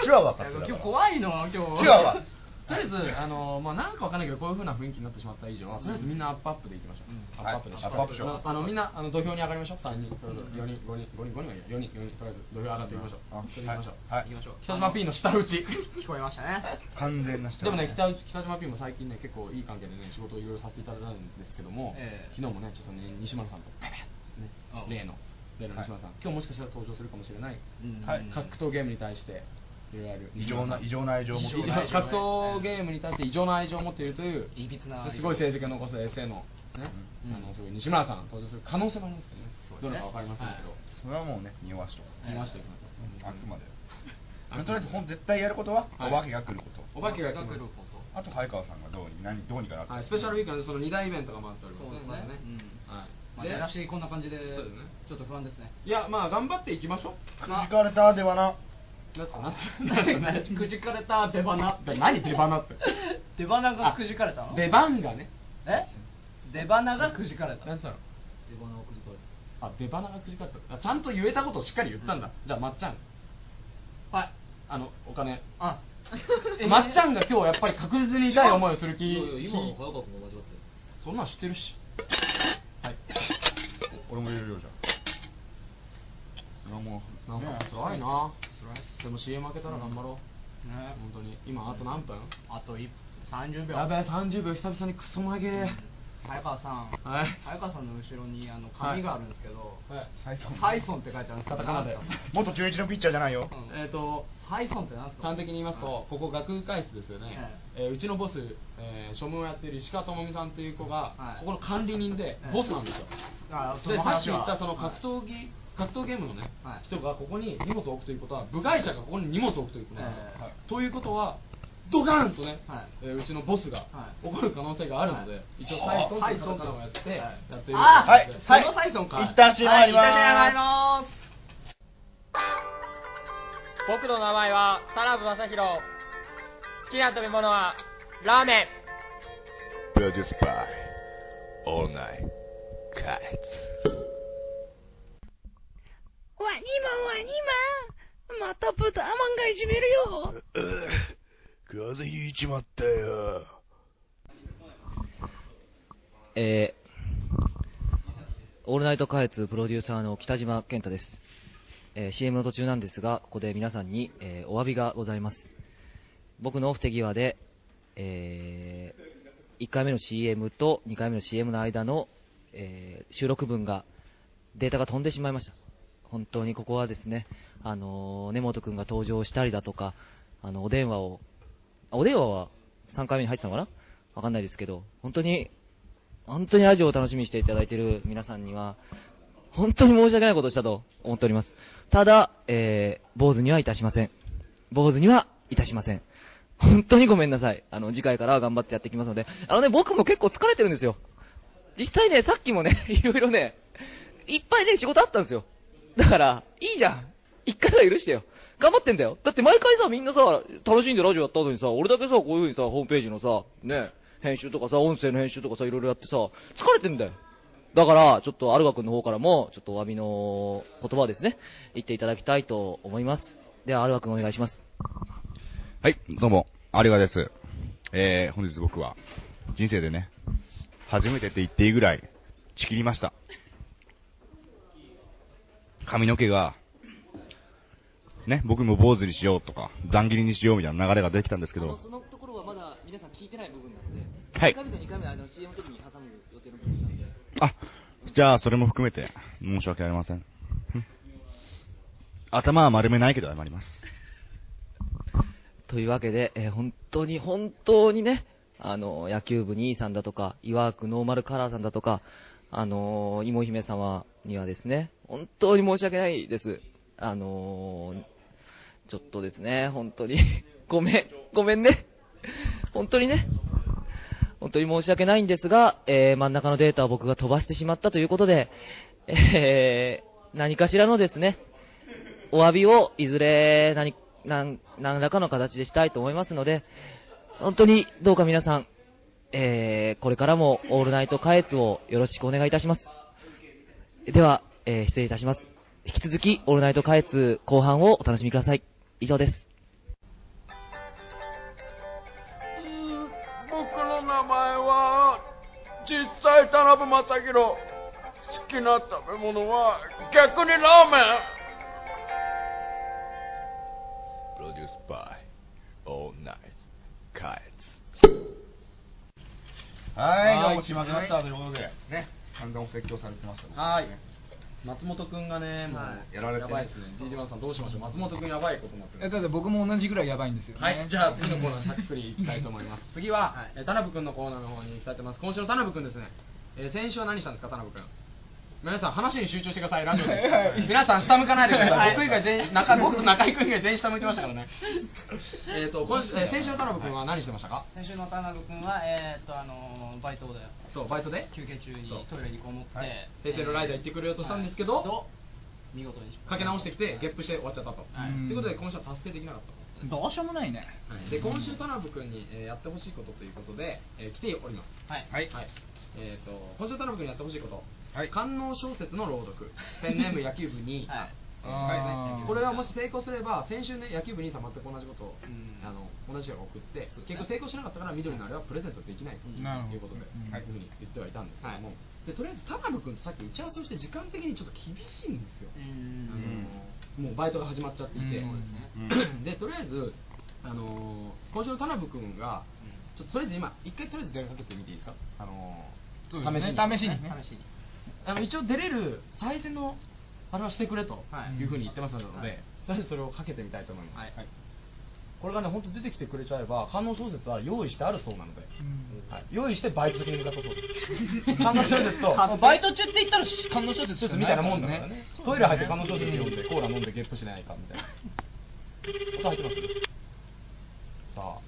Speaker 4: チワワか
Speaker 2: いや今日怖いの今日
Speaker 4: チワワ
Speaker 1: とりあえず、あのまあ、なんかわかんないけど、こういう風な雰囲気になってしまった以上は、とりあえずみんなアップアップでいきましょう。
Speaker 4: うんはいアップアップしよう
Speaker 1: あの、みんな、あの、土俵に上がりましょう。三人、それぞれ、四人、五人、五人、五人はいいよ、四人、四人、とりあえず、土俵上がっていきましょう。
Speaker 4: あ
Speaker 1: 行きましょう。
Speaker 4: はいはい
Speaker 1: 行きましょう。北島 P の下打ち。
Speaker 2: 聞こえましたね
Speaker 4: 完全な人
Speaker 1: でもね、北内北島 P も最近ね、結構いい関係でね、仕事をいろいろさせていただいたんですけども、
Speaker 2: ええ
Speaker 1: 昨日もね、ちょっとね、西村さんと、ペペ
Speaker 2: うん
Speaker 1: ッ、ね、例の、例の西村さん、今日もしかしたら登場するかもしれない、
Speaker 2: うん
Speaker 4: はい
Speaker 1: 格闘ゲームに対して、いろいろある。
Speaker 4: 異常な異常な愛情を持ってい
Speaker 1: 異
Speaker 4: る
Speaker 1: 常な格闘ゲームに対して異常な愛情を持っているという
Speaker 2: いびつな愛情
Speaker 1: すごい成績を残す SA の,、ね
Speaker 2: うん
Speaker 1: あのすごい西村さんが登場する可能性もありますけどね
Speaker 2: そうです
Speaker 1: ど
Speaker 2: ね
Speaker 1: れか分かりませんけど、
Speaker 4: それはもうね匂わしとく
Speaker 1: 見ましておきましょ
Speaker 4: あくまであのとりあえず本絶対やることは
Speaker 1: はい
Speaker 4: お化けが来ること
Speaker 1: お化けが来
Speaker 2: 来
Speaker 1: る
Speaker 2: る
Speaker 1: こ
Speaker 2: こと
Speaker 4: あと早川さんがどうに何どうにかなって
Speaker 1: うはい、スペシャルウィークなんでその2大イベントが回っております
Speaker 2: そうですね
Speaker 1: まだ
Speaker 2: うん
Speaker 1: はい
Speaker 2: まあ、
Speaker 1: で
Speaker 2: 出だしこんな感じで
Speaker 1: そうですね
Speaker 2: ちょっと不安ですね
Speaker 1: いやまあ頑張っていきましょ う
Speaker 4: くじかれたではな
Speaker 1: なんつうのなんつう
Speaker 2: くじかれた出花
Speaker 1: の何出花 って
Speaker 2: 出花がくじかれたの
Speaker 1: 出番がね
Speaker 2: え出花がくじかれた
Speaker 1: なんつうの
Speaker 2: 出花がくじかれ
Speaker 1: あ出花がくじかれたあちゃんと言えたことをしっかり言ったんだ、じゃあまっちゃん
Speaker 2: たはい
Speaker 1: あのお金
Speaker 2: あ
Speaker 1: まっちゃんが今日やっぱり確実に痛い思いをする気気
Speaker 6: 川君も間違って
Speaker 1: そんなん知ってるしはい
Speaker 4: 俺も入れるよじゃああもう
Speaker 1: なん
Speaker 4: ね
Speaker 1: か辛いなでも CM 開けたら頑張ろう、
Speaker 2: ね
Speaker 1: 本当に今あと何分
Speaker 2: あと1 30秒
Speaker 1: やべえ30秒久々にクソ曲げー
Speaker 2: 早川さん
Speaker 1: はい
Speaker 2: 早川さんの後ろにあの紙があるんですけど、
Speaker 1: はい
Speaker 4: サイソン
Speaker 2: サイソンって書いてあるんですけど
Speaker 1: カタカナで
Speaker 2: 何すか
Speaker 4: 元中日のピッチャーじゃないよ
Speaker 2: うん
Speaker 1: えっ、と
Speaker 2: サイソンってなんですか
Speaker 1: 端的に言いますとここ学会室ですよね、えーうちのボス、えー、庶務をやっている石川智美さんという子が、
Speaker 2: はい
Speaker 1: ここの管理人で
Speaker 2: はい
Speaker 1: ボスなんですよ、
Speaker 2: あそ
Speaker 1: で
Speaker 2: の
Speaker 1: さっき
Speaker 2: 話
Speaker 1: 言
Speaker 2: は
Speaker 1: ったその格闘技、格闘ゲームのね、
Speaker 2: はい
Speaker 1: 人がここに荷物を置くということは部外者がここに荷物を置くということなんですよ、
Speaker 2: ええ
Speaker 1: ということは
Speaker 5: ドカンとね、
Speaker 2: はい
Speaker 5: えーうちのボスが
Speaker 2: は
Speaker 5: 怒る可能性があるので、
Speaker 2: はい
Speaker 5: 一応サイソン
Speaker 2: あ
Speaker 5: という方をやって、
Speaker 2: はい
Speaker 5: やっている
Speaker 1: あ
Speaker 6: はい
Speaker 5: ので
Speaker 6: はい
Speaker 1: そのサイソンか
Speaker 6: 一旦 CM 入ります
Speaker 1: はい一旦 CM 入ります
Speaker 7: 僕の名前は田辺正宏好きな食べ物はラーメン
Speaker 8: produced by All Night Kites.
Speaker 9: ワニマンワニマンまた豚マンがいじめるよ
Speaker 8: 風邪ひいちまったよ。
Speaker 10: えー、オールナイト開発プロデューサーの北島健太です、えー CM の途中なんですがここで皆さんに、えーお詫びがございます僕の不手際で、え1回目の CM と2回目の CM の間の、えー収録分がデータが飛んでしまいました本当にここはですね、あのー根本君が登場したりだとかあのお電話をあお電話は3回目に入ってたのかなわかんないですけど本当に本当にラジオを楽しみにしていただいている皆さんには、本当に申し訳ないことをしたと思っております。ただ、えー、坊主にはいたしません。坊主にはいたしません。本当にごめんなさい。あの、次回からは頑張ってやっていきますので、あのね、僕も結構疲れてるんですよ。実際ね、さっきもね、 いろいろね、いっぱいね、仕事あったんですよ。だから、いいじゃん。一回は許してよ。頑張ってんだよ。だって毎回さ、みんなさ、楽しんでラジオやった後にさ、俺だけさ、こういう風にさ、ホームページのさ、ね、編集とかさ、音声の編集とかさ、いろいろやってさ、疲れてんだよ。だから、ちょっとアルガ君の方からも、ちょっとお詫びの言葉をですね、言っていただきたいと思います。では、アルガ君お願いします。
Speaker 4: はい、どうも、アリガです。えー、本日僕は、人生でね、初めてって言っていいぐらい、ちきりました。髪の毛が、ね、僕も坊主にしようとか、残切りにしようみたいな流れができたんですけど、
Speaker 10: のところはまだ皆さん聞いてない部分なので、
Speaker 4: はい一回
Speaker 10: 目と2回目の間の CM の時に挟む予定の部分なので、
Speaker 4: あ、じゃあそれも含めて、申し訳ありません。ふん頭は丸めないけど謝ります。
Speaker 10: というわけで、えー本当に本当にね、あの野球部にいさんだとか、いわくノーマルカラーさんだとか、あのー、芋姫様にはですね、本当に申し訳ないです。あのーちょっとですね、本当に、 ごめん、ごめんね。本当にね、本当に申し訳ないんですが、えー真ん中のデータを僕が飛ばしてしまったということで、えー何かしらのですね、お詫びをいずれ何何何らかの形でしたいと思いますので、本当にどうか皆さん、えーこれからもオールナイト開通をよろしくお願いいたします。では、えー失礼いたします。引き続き、オールナイト開通後半をお楽しみください。以上です。
Speaker 5: 僕の名前は実際田辺正宏好きな食べ物は逆にラーメン
Speaker 8: produced by All Night Kites.
Speaker 4: はい、どう
Speaker 1: は
Speaker 4: も
Speaker 1: い
Speaker 4: しまきましたということで、ね、散々お説教されてましたね。
Speaker 1: はい松本くんがねもう
Speaker 4: やられて
Speaker 1: や
Speaker 4: ね
Speaker 1: ばいですね DJ マンさんどうしましょう松本くんやばいことになって
Speaker 2: え
Speaker 1: る
Speaker 2: ただ僕も同じぐらいやばいんですよ、ね、
Speaker 1: はい、じゃあ次のコーナーさっくりいきたいと思います。次は、えー田辺君のコーナーの方に行きたいと思います。今週の田辺君ですね。えー先週は何したんですか、田辺君。皆さん話に集中してください、ラジオです。皆さん下向かないでください。僕以外全員中僕と中居君以外全員下向いてましたからね。えっと、今週、えー先週の田辺君は何してましたか、
Speaker 2: 先週の田辺君はえー、っとあのー、バイトだよ
Speaker 1: そう、バイトで
Speaker 2: 休憩中に
Speaker 1: そう
Speaker 2: トイレにこもって、
Speaker 1: 平成のライダー行ってくれようとしたんですけど、
Speaker 2: 見事に失
Speaker 1: か
Speaker 2: 敗
Speaker 1: け直してきて、ゲップして終わっちゃったと。
Speaker 2: はい
Speaker 1: ということで、今週は達成できなかったと。
Speaker 2: どうしようもないね
Speaker 1: で今週田辺君に、えーやってほしいことということで、えー来ております
Speaker 2: はい
Speaker 4: はい
Speaker 1: えー、と今週田辺君にやってほしいこと、
Speaker 4: はい
Speaker 1: 官能小説の朗読ペンネーム野球部に、
Speaker 2: はい
Speaker 4: あ
Speaker 1: これはもし成功すれば先週ね野球部兄さん全く同じことを、
Speaker 2: うん
Speaker 1: あの同じように送って、
Speaker 2: そうです
Speaker 1: 結
Speaker 2: ね
Speaker 1: 局成功しなかったから緑のあれはプレゼントできないと
Speaker 2: なるほど
Speaker 1: いうことで、
Speaker 2: うん
Speaker 1: こういうふうに言ってはいたんですけども、
Speaker 2: は
Speaker 1: でとりあえず田辺君とさっき打ち合わせをして時間的にちょっと厳しいんですよ、
Speaker 2: うん
Speaker 1: あのもうバイトが始まっちゃっていて、
Speaker 2: うんそうです
Speaker 1: でとりあえず、あのー今週の田辺君が、ちょっととりあえず今、一回とりあえず電話かけてみていいですか、あのー
Speaker 2: そうですね試しにね試しに
Speaker 1: あの一応出れる最善のあれはしてくれと
Speaker 2: はい
Speaker 1: いうふうに言ってますので、
Speaker 2: はい
Speaker 1: とりあえずそれをかけてみたいと思います。
Speaker 2: はい
Speaker 1: これがね、本当出てきてくれちゃえば、観音小説は用意してあるそうなので、
Speaker 2: うん
Speaker 1: はい、用意してバイト先に向かったそう です。観音小説と、
Speaker 2: バイト中って言ったら観音小説
Speaker 1: ちょっとみたいなもんだからね。トイレ入って彼女小説読んで、コーラ飲んでゲップしないかみたいな。音入ってますさあ、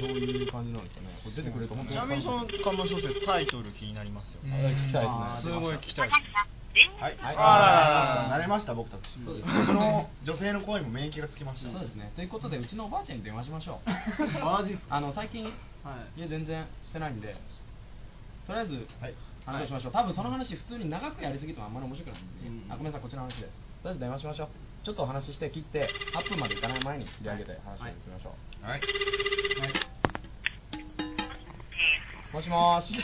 Speaker 2: どういう感じなんですかねこれ出てくれると本当
Speaker 6: ち
Speaker 2: に
Speaker 6: なみにその看板小説タイトル気になりますよ
Speaker 2: あ聞きたいです
Speaker 6: す
Speaker 2: ね
Speaker 6: ごい聞きたいです
Speaker 4: はい、はい、
Speaker 6: あらららら
Speaker 4: 慣れました、僕たち。
Speaker 2: そうです
Speaker 4: 僕の女性の声にも免疫がつきました。
Speaker 2: そうですね。ということで、うちのおばあちゃんに電話しまし ょう。マジあの、最近、家全然してないんで、とりあえず、
Speaker 4: はい
Speaker 2: 話をしましょう。多分その話、普通に長くやりすぎてもあんまり面白くないんで、あ、ごめんなさい、こっちらの話です。とりあえず電話しましょう。ちょっとお話しして、切って、8分までいかない前に切り上げて話を進めましょう。
Speaker 4: はい。
Speaker 2: もしもーし。はい。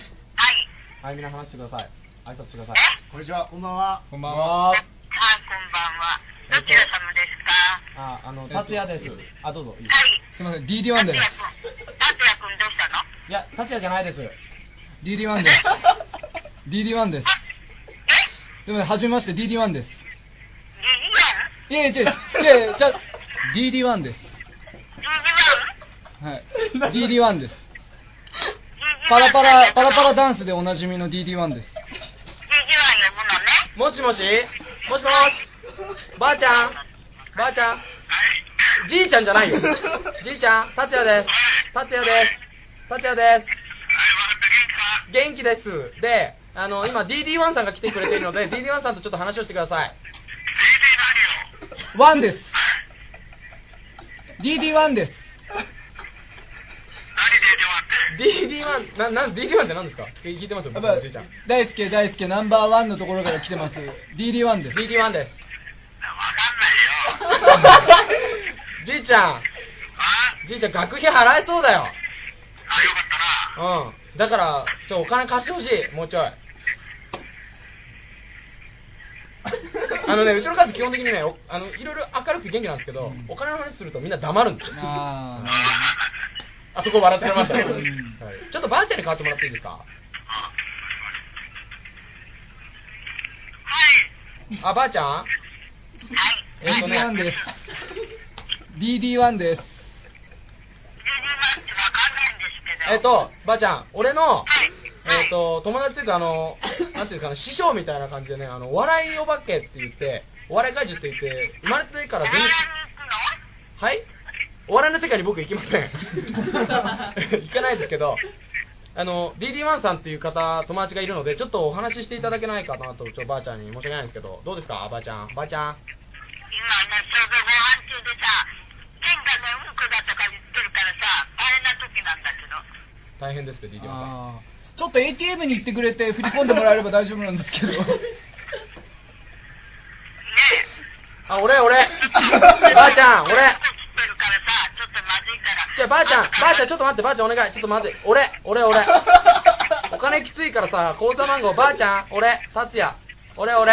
Speaker 2: はい、みんな話してください。挨拶してください。
Speaker 4: こんにちは。こんばんは。こんばんは。
Speaker 2: は。
Speaker 7: あ、こんばんは。
Speaker 2: えっ
Speaker 7: ど
Speaker 2: と
Speaker 7: ちら様ですか。
Speaker 2: あ、あの、達也です。あ、どうぞ。いいです
Speaker 7: はい。
Speaker 10: すいません DD1 で
Speaker 7: 達
Speaker 10: す
Speaker 7: 也くん、達也くんどうしたの？
Speaker 2: いや、達也じゃないです。
Speaker 10: DD1 です DD1 ですすいませんはじめまして DD1 です
Speaker 7: ジジワン？
Speaker 10: いやいや違う違う違う DD1 です
Speaker 7: ジジワン？
Speaker 10: はい DD1 ですパラパラパラパラダンスでおなじみの DD1 です
Speaker 7: ジジワン呼ぶのね。
Speaker 1: もしもしもしもしばあちゃんばあちゃんじいちゃんじゃないよじいちゃん達也です達也です達也です元気ですであの今 DD1 さんが来てくれているので DD1 さんとちょっと話をしてください
Speaker 10: 1です DD1 です
Speaker 1: DD1 ななん DD1 って何ですか聞いてますよ僕のじいちゃん
Speaker 10: 大輔大輔ナンバーワンのところから来てます DD1 です
Speaker 1: DD1 です じいちゃんじいちゃん学費払えそうだようんだからちょっとお金貸してほしいもう ちょいあのねうちの家族基本的にねおあのいろいろ明るくて元気なんですけど、お金の話するとみんな黙るんですよ
Speaker 10: あ
Speaker 1: あそこ笑ってました、ねはい、ちょっとばあちゃんに代わってもらっていいですかあばあちゃんえっとね
Speaker 10: DD1 です DD1 です
Speaker 1: えっと、ばあちゃん、俺の、えっと、友達っていうか、あの、なんていうんですかね、師匠みたいな感じでね、あの、お笑いお化けって言って、お笑い怪獣って言って、生まれてから全然、はいお笑いの世界に僕行きません。 行かないですけど、あの、DD1 さんっていう方、友達がいるので、ちょっとお話ししていただけないかなと、ちょっとばあちゃんに申し訳ないんですけど、どうですか、ばあちゃん。ばあちゃん。
Speaker 7: 今ね、ちょうどご飯中でさ、天下のうんこだとか言ってるからさ、大変な時なんだけど。
Speaker 1: 大変ですって、DD1 さん。
Speaker 10: あーちょっと ATM に行ってくれて振り込んでもらえれば大丈夫なんですけど
Speaker 1: あ、俺、俺。 ばあちゃん、俺。じゃあばあちゃん、ばあちゃん、ちょっと待って、ばあちゃん、お願い、ちょっと待って、俺、俺、俺。お金きついからさ、口座番号、ばあちゃん、俺、達也。俺、俺。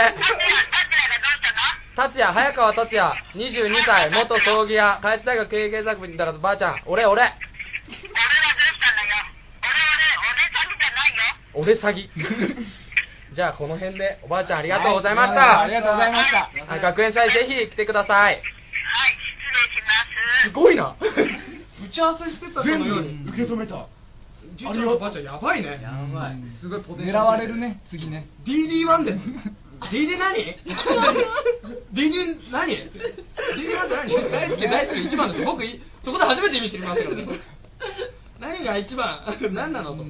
Speaker 1: 達也、早川達也、22歳、元葬儀屋、開発大学経営経済部にいたから、ばあちゃん、俺、俺。俺詐 欺。じゃあ、この辺で、おばあちゃん、ありがとうございました。
Speaker 10: ありがとうございました
Speaker 1: はい、学園祭ぜひ来てください。はい、失礼します。すごいな。
Speaker 11: 打ち合わせしてたかのように
Speaker 4: 受け止めた。
Speaker 11: じいちゃんとばあちゃんやばいねやばいすごいポテンシャル
Speaker 10: 狙われるね次ね
Speaker 11: DD1 です DD 何 ?DD 何 ?DD なんて何
Speaker 1: 大輔大輔一番です僕いそこで初めて意味知りましたよ
Speaker 11: 何が一番何なのと
Speaker 1: い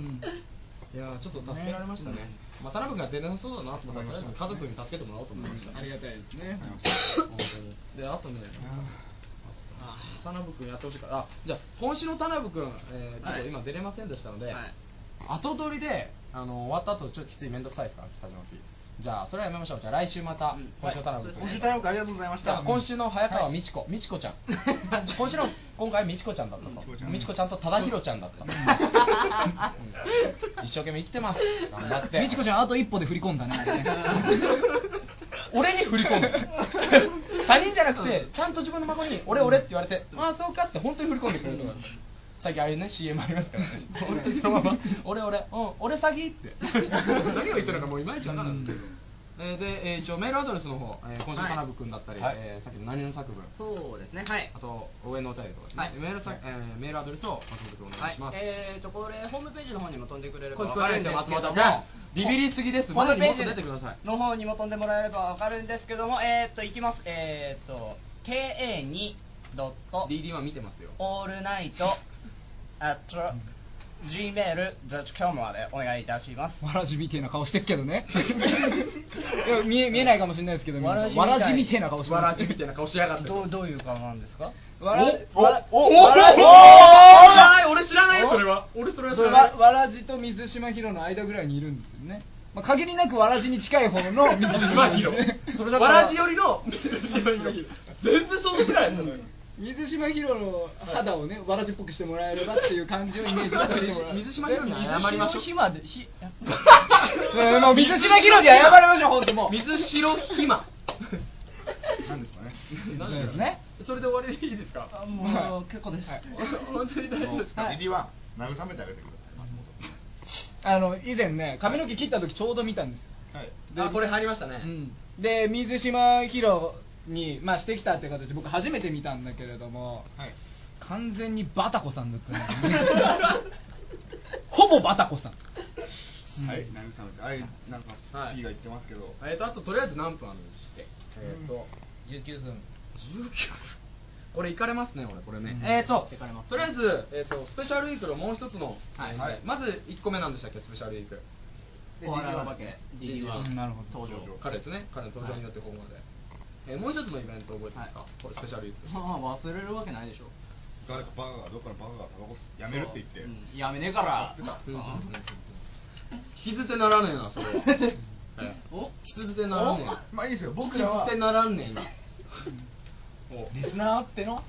Speaker 1: やーちょっと助けられましたねまあ田辺君が出なそうだなと思ったらとりあえず家族に助けてもらおうと思いました
Speaker 10: ありがたいですね
Speaker 1: 本当にであとね田辺君やってほしいからあじゃあ今週の田辺君、えー、ちょっと今出れませんでしたので、後取りであの終わった後ちょっときつい面倒くさいですか北島 P じゃあそれはやめましょうじゃあ来週また、今週の田辺君、
Speaker 4: 今週大学ありがとうございまし
Speaker 1: じゃ
Speaker 4: た。
Speaker 1: あ今週の早川美智子、美智子 ちゃん今週の今回は美智子ちゃんだったと美智子ちゃんと忠宏ちゃんだ った、うん一生懸命生きてます頑張って
Speaker 10: みちこちゃんあと一歩で振り込んだね
Speaker 1: 俺に振り 込む他人じゃなくてちゃんと自分の孫に「俺俺」って言われて「ああそうか」って本当に振り込んでくれるとか最近ああいうね CM ありますからね俺そのまま「俺俺うん俺詐欺」って何を言ってるのかもういまいちわからんですけど、えーで、えー一応メールアドレスの方、えー今週の田辺君だったり、
Speaker 4: はい
Speaker 1: えーさっきの何の作文
Speaker 2: そうですねはい
Speaker 1: あと応援のお便りとかですね、
Speaker 2: はい
Speaker 1: メールさ、えーメールアドレスを松本君お願いします、
Speaker 2: えーとこれホームページの方にも飛んでくれれ
Speaker 1: こ
Speaker 2: ば
Speaker 1: れ
Speaker 2: わ
Speaker 1: 聞
Speaker 2: か
Speaker 1: こえ
Speaker 2: る
Speaker 1: る
Speaker 2: ん
Speaker 1: ん
Speaker 2: で
Speaker 1: ですす松
Speaker 2: けど
Speaker 1: 本
Speaker 2: も
Speaker 1: 君ビビりすぎです
Speaker 2: ホ
Speaker 1: も
Speaker 2: ー
Speaker 1: っ
Speaker 2: ム
Speaker 1: とも
Speaker 2: ペー
Speaker 1: っ
Speaker 2: ジ
Speaker 1: と出てください
Speaker 2: の方にも飛んでもらえればわかるんですけどもえーっといきますえーっと KA2 ドット
Speaker 1: DD は見てますよ
Speaker 2: オールナイト
Speaker 6: at gmail.com までお願いいたします
Speaker 2: わらじみてえな顔してっけどねいや見え見えないかもしれないですけど
Speaker 6: わらじみたい
Speaker 2: わらじみてえな顔して
Speaker 6: わらじみ
Speaker 2: てえな顔しやがって
Speaker 6: どうどういう顔なんですか
Speaker 2: わら
Speaker 6: お
Speaker 2: わらおわら
Speaker 6: ら
Speaker 2: じ
Speaker 5: 俺知らないよそれは俺それは知らない
Speaker 2: わわらじと水島ヒロの間ぐらいにいるんですよね、まあ、限りなくわらじに近い方の水島ヒロ
Speaker 5: それだからわらじ寄りの水島ヒロ全然想像つかないやつだね
Speaker 2: 水島ヒロの肌をね、わらじっぽくしてもらえればっていう感じをイメージしておいてもらう
Speaker 5: 水島ヒロに謝りましょう
Speaker 6: 暇でひ
Speaker 2: うんもう水島ヒロに謝りましょう本当もう
Speaker 5: 水白ひま
Speaker 2: なんですかね
Speaker 5: 何
Speaker 2: そう
Speaker 5: で
Speaker 2: ですす
Speaker 5: ね
Speaker 2: ね
Speaker 5: それで終わりでいいですか
Speaker 6: もう結構です、
Speaker 5: 本当に大丈夫ですか
Speaker 12: リリは慰めてあげてください松
Speaker 2: あの以前ね髪の毛切った時ちょうど見たんですよ
Speaker 12: 本はい
Speaker 2: で
Speaker 1: あこれ入りましたね、
Speaker 2: うんで水島ヒロに、まあ、してきたって形で僕初めて見たんだけれども、
Speaker 12: はい
Speaker 2: 完全にバタコさんだったねほぼバタコさん
Speaker 12: はい、慰めて、はい、なんか、P が言ってますけど、
Speaker 1: えっとあととりあえず何分あるんですってえっ、と
Speaker 6: 19分
Speaker 1: 19これいかれますね俺これね、えっ、ととりあえず、えー、とスペシャルウィークのもう一つの、
Speaker 6: はい
Speaker 1: えーまず1個目なんでしたっけスペシャルウィーク
Speaker 6: お笑いお化け D1
Speaker 2: うんなるほど
Speaker 6: 登場
Speaker 1: 彼ですね彼の登場によってここまで、えーもう一つのイベント覚えてますか、これスペシャルウィークと して
Speaker 6: まあ忘れるわけないでしょ
Speaker 12: 誰かバカが、どっかのバカがタバコ吸やめるって言って、
Speaker 6: うんやめねえから
Speaker 1: うん引きずてならねえなそれはええ
Speaker 6: お
Speaker 1: 引きずてならねえな
Speaker 12: おまあいいですよ僕
Speaker 1: 引
Speaker 12: ら
Speaker 1: き
Speaker 12: は
Speaker 1: ずてならんねえな
Speaker 12: リスナーあっての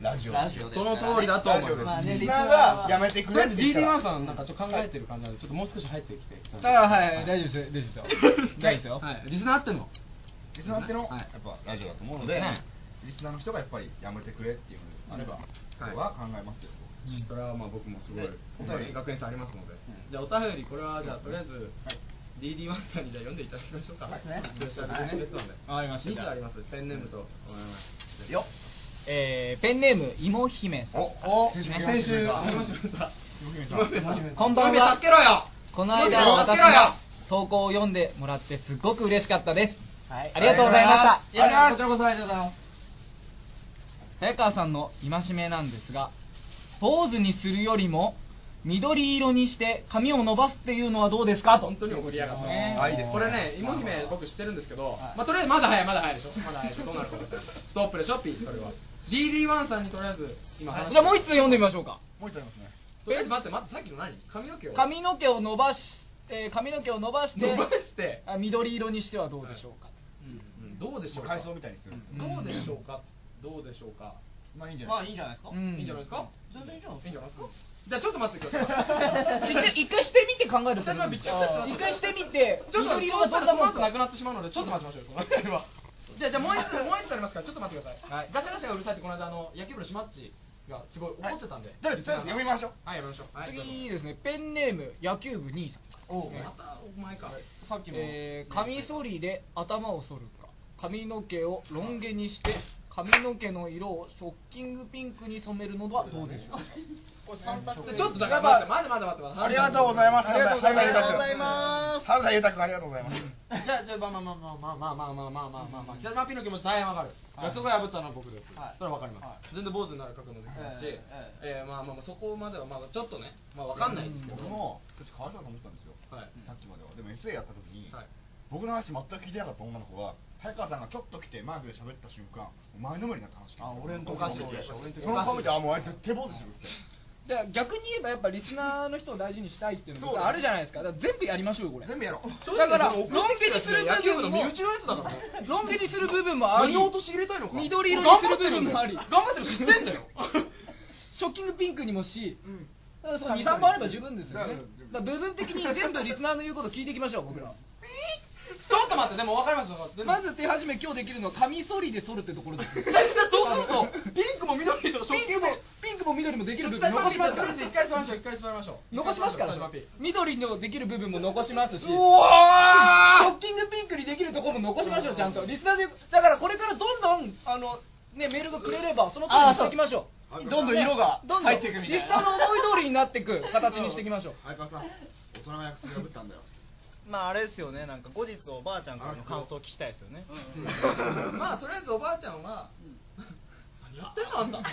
Speaker 12: ラジオ
Speaker 6: ラジオです
Speaker 1: その通りだと思い
Speaker 12: ま
Speaker 1: ま
Speaker 12: あ
Speaker 1: す
Speaker 12: ねリ
Speaker 6: リ
Speaker 12: ス
Speaker 6: ス
Speaker 12: ナ
Speaker 6: ナ
Speaker 12: ーが
Speaker 6: ーが
Speaker 12: や
Speaker 6: や
Speaker 12: め
Speaker 6: め
Speaker 12: て
Speaker 6: て
Speaker 12: く
Speaker 1: と
Speaker 12: れ
Speaker 1: りあ
Speaker 12: っ
Speaker 1: え
Speaker 12: て
Speaker 1: ず DD1 さんなんかちょっと考えてる感じなんでちょっともう少し入ってきて
Speaker 2: あはい、はい、大丈夫です大丈夫ですよ大丈夫ですよ、
Speaker 1: はいリスナーあっての
Speaker 12: リスナーあっての、
Speaker 1: はい
Speaker 12: やっぱラジオだと思うので、リスナーの人がやっぱりやめてくれっていうのであれば、それは考えますよ、
Speaker 1: それはまあ僕もすごい
Speaker 12: ねお便り
Speaker 1: 学園さんありますので、じゃあお便りこれはじゃあとりあえず、DD1 さんにじゃあ読んでいただきましょうか、
Speaker 2: そうですね
Speaker 1: スペシャルゲストなんで、
Speaker 2: はいわかりました
Speaker 1: 2つありますペンネームと、
Speaker 2: よっ えーペンネームいも姫さんお
Speaker 12: 先週
Speaker 2: ね
Speaker 12: 先週
Speaker 1: ありました
Speaker 2: こんばんは
Speaker 1: 助けろよ
Speaker 2: この間
Speaker 1: 助
Speaker 2: 私
Speaker 1: けろよ
Speaker 2: が投稿を読んでもらってすごく嬉しかったです
Speaker 6: はい
Speaker 2: ありがとうございました
Speaker 6: いやこちらこそありがとうございます
Speaker 2: 早川さんの戒めなんですが坊主にするよりも緑色にして髪を伸ばすっていうのはどうですかと
Speaker 1: 本当に怒りやがった
Speaker 2: ね
Speaker 1: あいいですねこれね芋姫僕知ってるんですけど、まあとりあえずまだ早いまだ早いでしょまだ早いでしょどうなるか分かんないストップでしょピーそれは DD1 さんにとりあえず今話して
Speaker 2: じゃあもう一通読んでみましょうか
Speaker 12: もう一人いますね
Speaker 1: とりあえず待って待ってさっきの何髪の毛を
Speaker 2: 髪の毛を伸ばし、えー髪の毛を伸ばして
Speaker 1: 伸ばして
Speaker 2: あ緑色にしてはどうでしょう か、
Speaker 1: うんうんどうでしょうか
Speaker 12: 海藻みたいにする、
Speaker 1: どうでしょうかどうでしょうか
Speaker 12: まあいいんじゃ
Speaker 6: まあ
Speaker 12: ない
Speaker 6: いいんじゃないですか、
Speaker 2: うん
Speaker 1: いいんじゃないですか
Speaker 6: 全然いいじゃん
Speaker 1: いいんじゃないですかじゃあちょっと待ってください
Speaker 2: 一 回一回してみて考えるってこと
Speaker 1: びっくりした
Speaker 2: 一回してみて
Speaker 1: ちょっと
Speaker 2: 緑色
Speaker 1: 色はそ
Speaker 2: はどん
Speaker 1: んな
Speaker 2: なも
Speaker 1: も
Speaker 2: ん
Speaker 1: ん
Speaker 2: か
Speaker 1: となくなってしまうのでちょっと待ちましょうよその辺はじゃあじゃあもう一つもう一つありますからちょっと待ってください、ガシャガシャがうるさいってこの間あの野球部のシマッチがすごい怒ってたんで、
Speaker 12: とりあえず読みましょう
Speaker 1: はい読みましょう、はい、
Speaker 2: 次ですねペンネーム野球部兄さん
Speaker 12: おう
Speaker 1: またお前か、
Speaker 2: さっきも、えー、カミソリで頭を剃るか髪の毛をロン毛にして髪の毛の色をショッキングピンクに染めるのはどうでしょうか
Speaker 1: ちょっとだから待って待って待って待って
Speaker 12: ありがとうございます
Speaker 1: ありがとうござい
Speaker 12: あり
Speaker 1: ます
Speaker 12: がとうございます原田裕太君ありがとうございます
Speaker 1: じゃあ、じゃあ、まあまあまあまあまあまあまあまあまあまあ、北島ピの気持ち大変わかる。約束を破ったのは僕です。それはわかります。全然坊主になる覚悟もできますし、えーまあまあまあそこまではまだちょっとね、まあわかんないですけど。
Speaker 12: 僕もちょっとかわいそうだと思ってたんですよ、
Speaker 1: はい
Speaker 12: さっきまではでも SA やった時に、
Speaker 1: はい
Speaker 12: 僕の話全く聞いてなかった女の子が早川さんがちょっと来てマイクで喋った瞬間前のめりになった話聞いてあ俺の
Speaker 1: おかしいおかしい
Speaker 12: その顔見てあもうあいつ手坊主するって
Speaker 2: だから逆に言えばやっぱリスナーの人を大事にしたいっていうの
Speaker 12: そう
Speaker 2: があるじゃないですかだから全部やりましょうよこれ
Speaker 12: 全部やろう
Speaker 2: だからロン
Speaker 1: 送ってき
Speaker 2: 毛
Speaker 1: た
Speaker 2: に
Speaker 1: やつ
Speaker 2: する
Speaker 1: ね野球部
Speaker 2: 部
Speaker 1: の
Speaker 2: 分
Speaker 1: 身
Speaker 2: も
Speaker 1: 内のやつだからね。
Speaker 2: ロン毛にする部分もあり
Speaker 1: 何を落とし入れたいのか。
Speaker 2: 緑色にする部分もあり
Speaker 1: 頑張ってる知ってんだよ。
Speaker 2: ショッキングピンクにもし、
Speaker 12: ん
Speaker 2: だからそう23本あれば十分ですよ
Speaker 12: だ
Speaker 2: ね
Speaker 12: から
Speaker 2: だから部分的に全部リスナーの言うこと聞いていきましょう僕ら
Speaker 1: ちょっと待って、でもわかりますよ。
Speaker 2: まず手始め今日できるのはカミソリで剃るってところですよ
Speaker 1: だからそうすると、ピンクも緑とショッ
Speaker 2: ピ
Speaker 1: キング
Speaker 2: ンクもピンクも緑もできる部分
Speaker 1: 残
Speaker 2: 残
Speaker 1: し
Speaker 2: し
Speaker 1: ま
Speaker 2: ますす
Speaker 1: か
Speaker 2: からら
Speaker 1: 一回座りましょう一回座りましょう
Speaker 2: 残しますから
Speaker 1: 北島 P
Speaker 2: 緑のできる部分も残しますし
Speaker 1: う
Speaker 2: ショ
Speaker 1: わー
Speaker 2: ッキングピンクにできるところも残しましょうちゃんとリスナーでだからこれからどんどんあのねメールがくれればその通りにしていきましょう
Speaker 12: どんどん色が
Speaker 2: どんどん
Speaker 12: 入っていくみたいな
Speaker 2: リスナーの思い通りになっていく形にしていきましょう
Speaker 12: 相川さん大人が約束破ったんだよ
Speaker 6: まああれですよねなんか後日おばあちゃんからの感想を聞きたいですよね、
Speaker 1: まあとりあえずおばあちゃんは、何やってんのあんた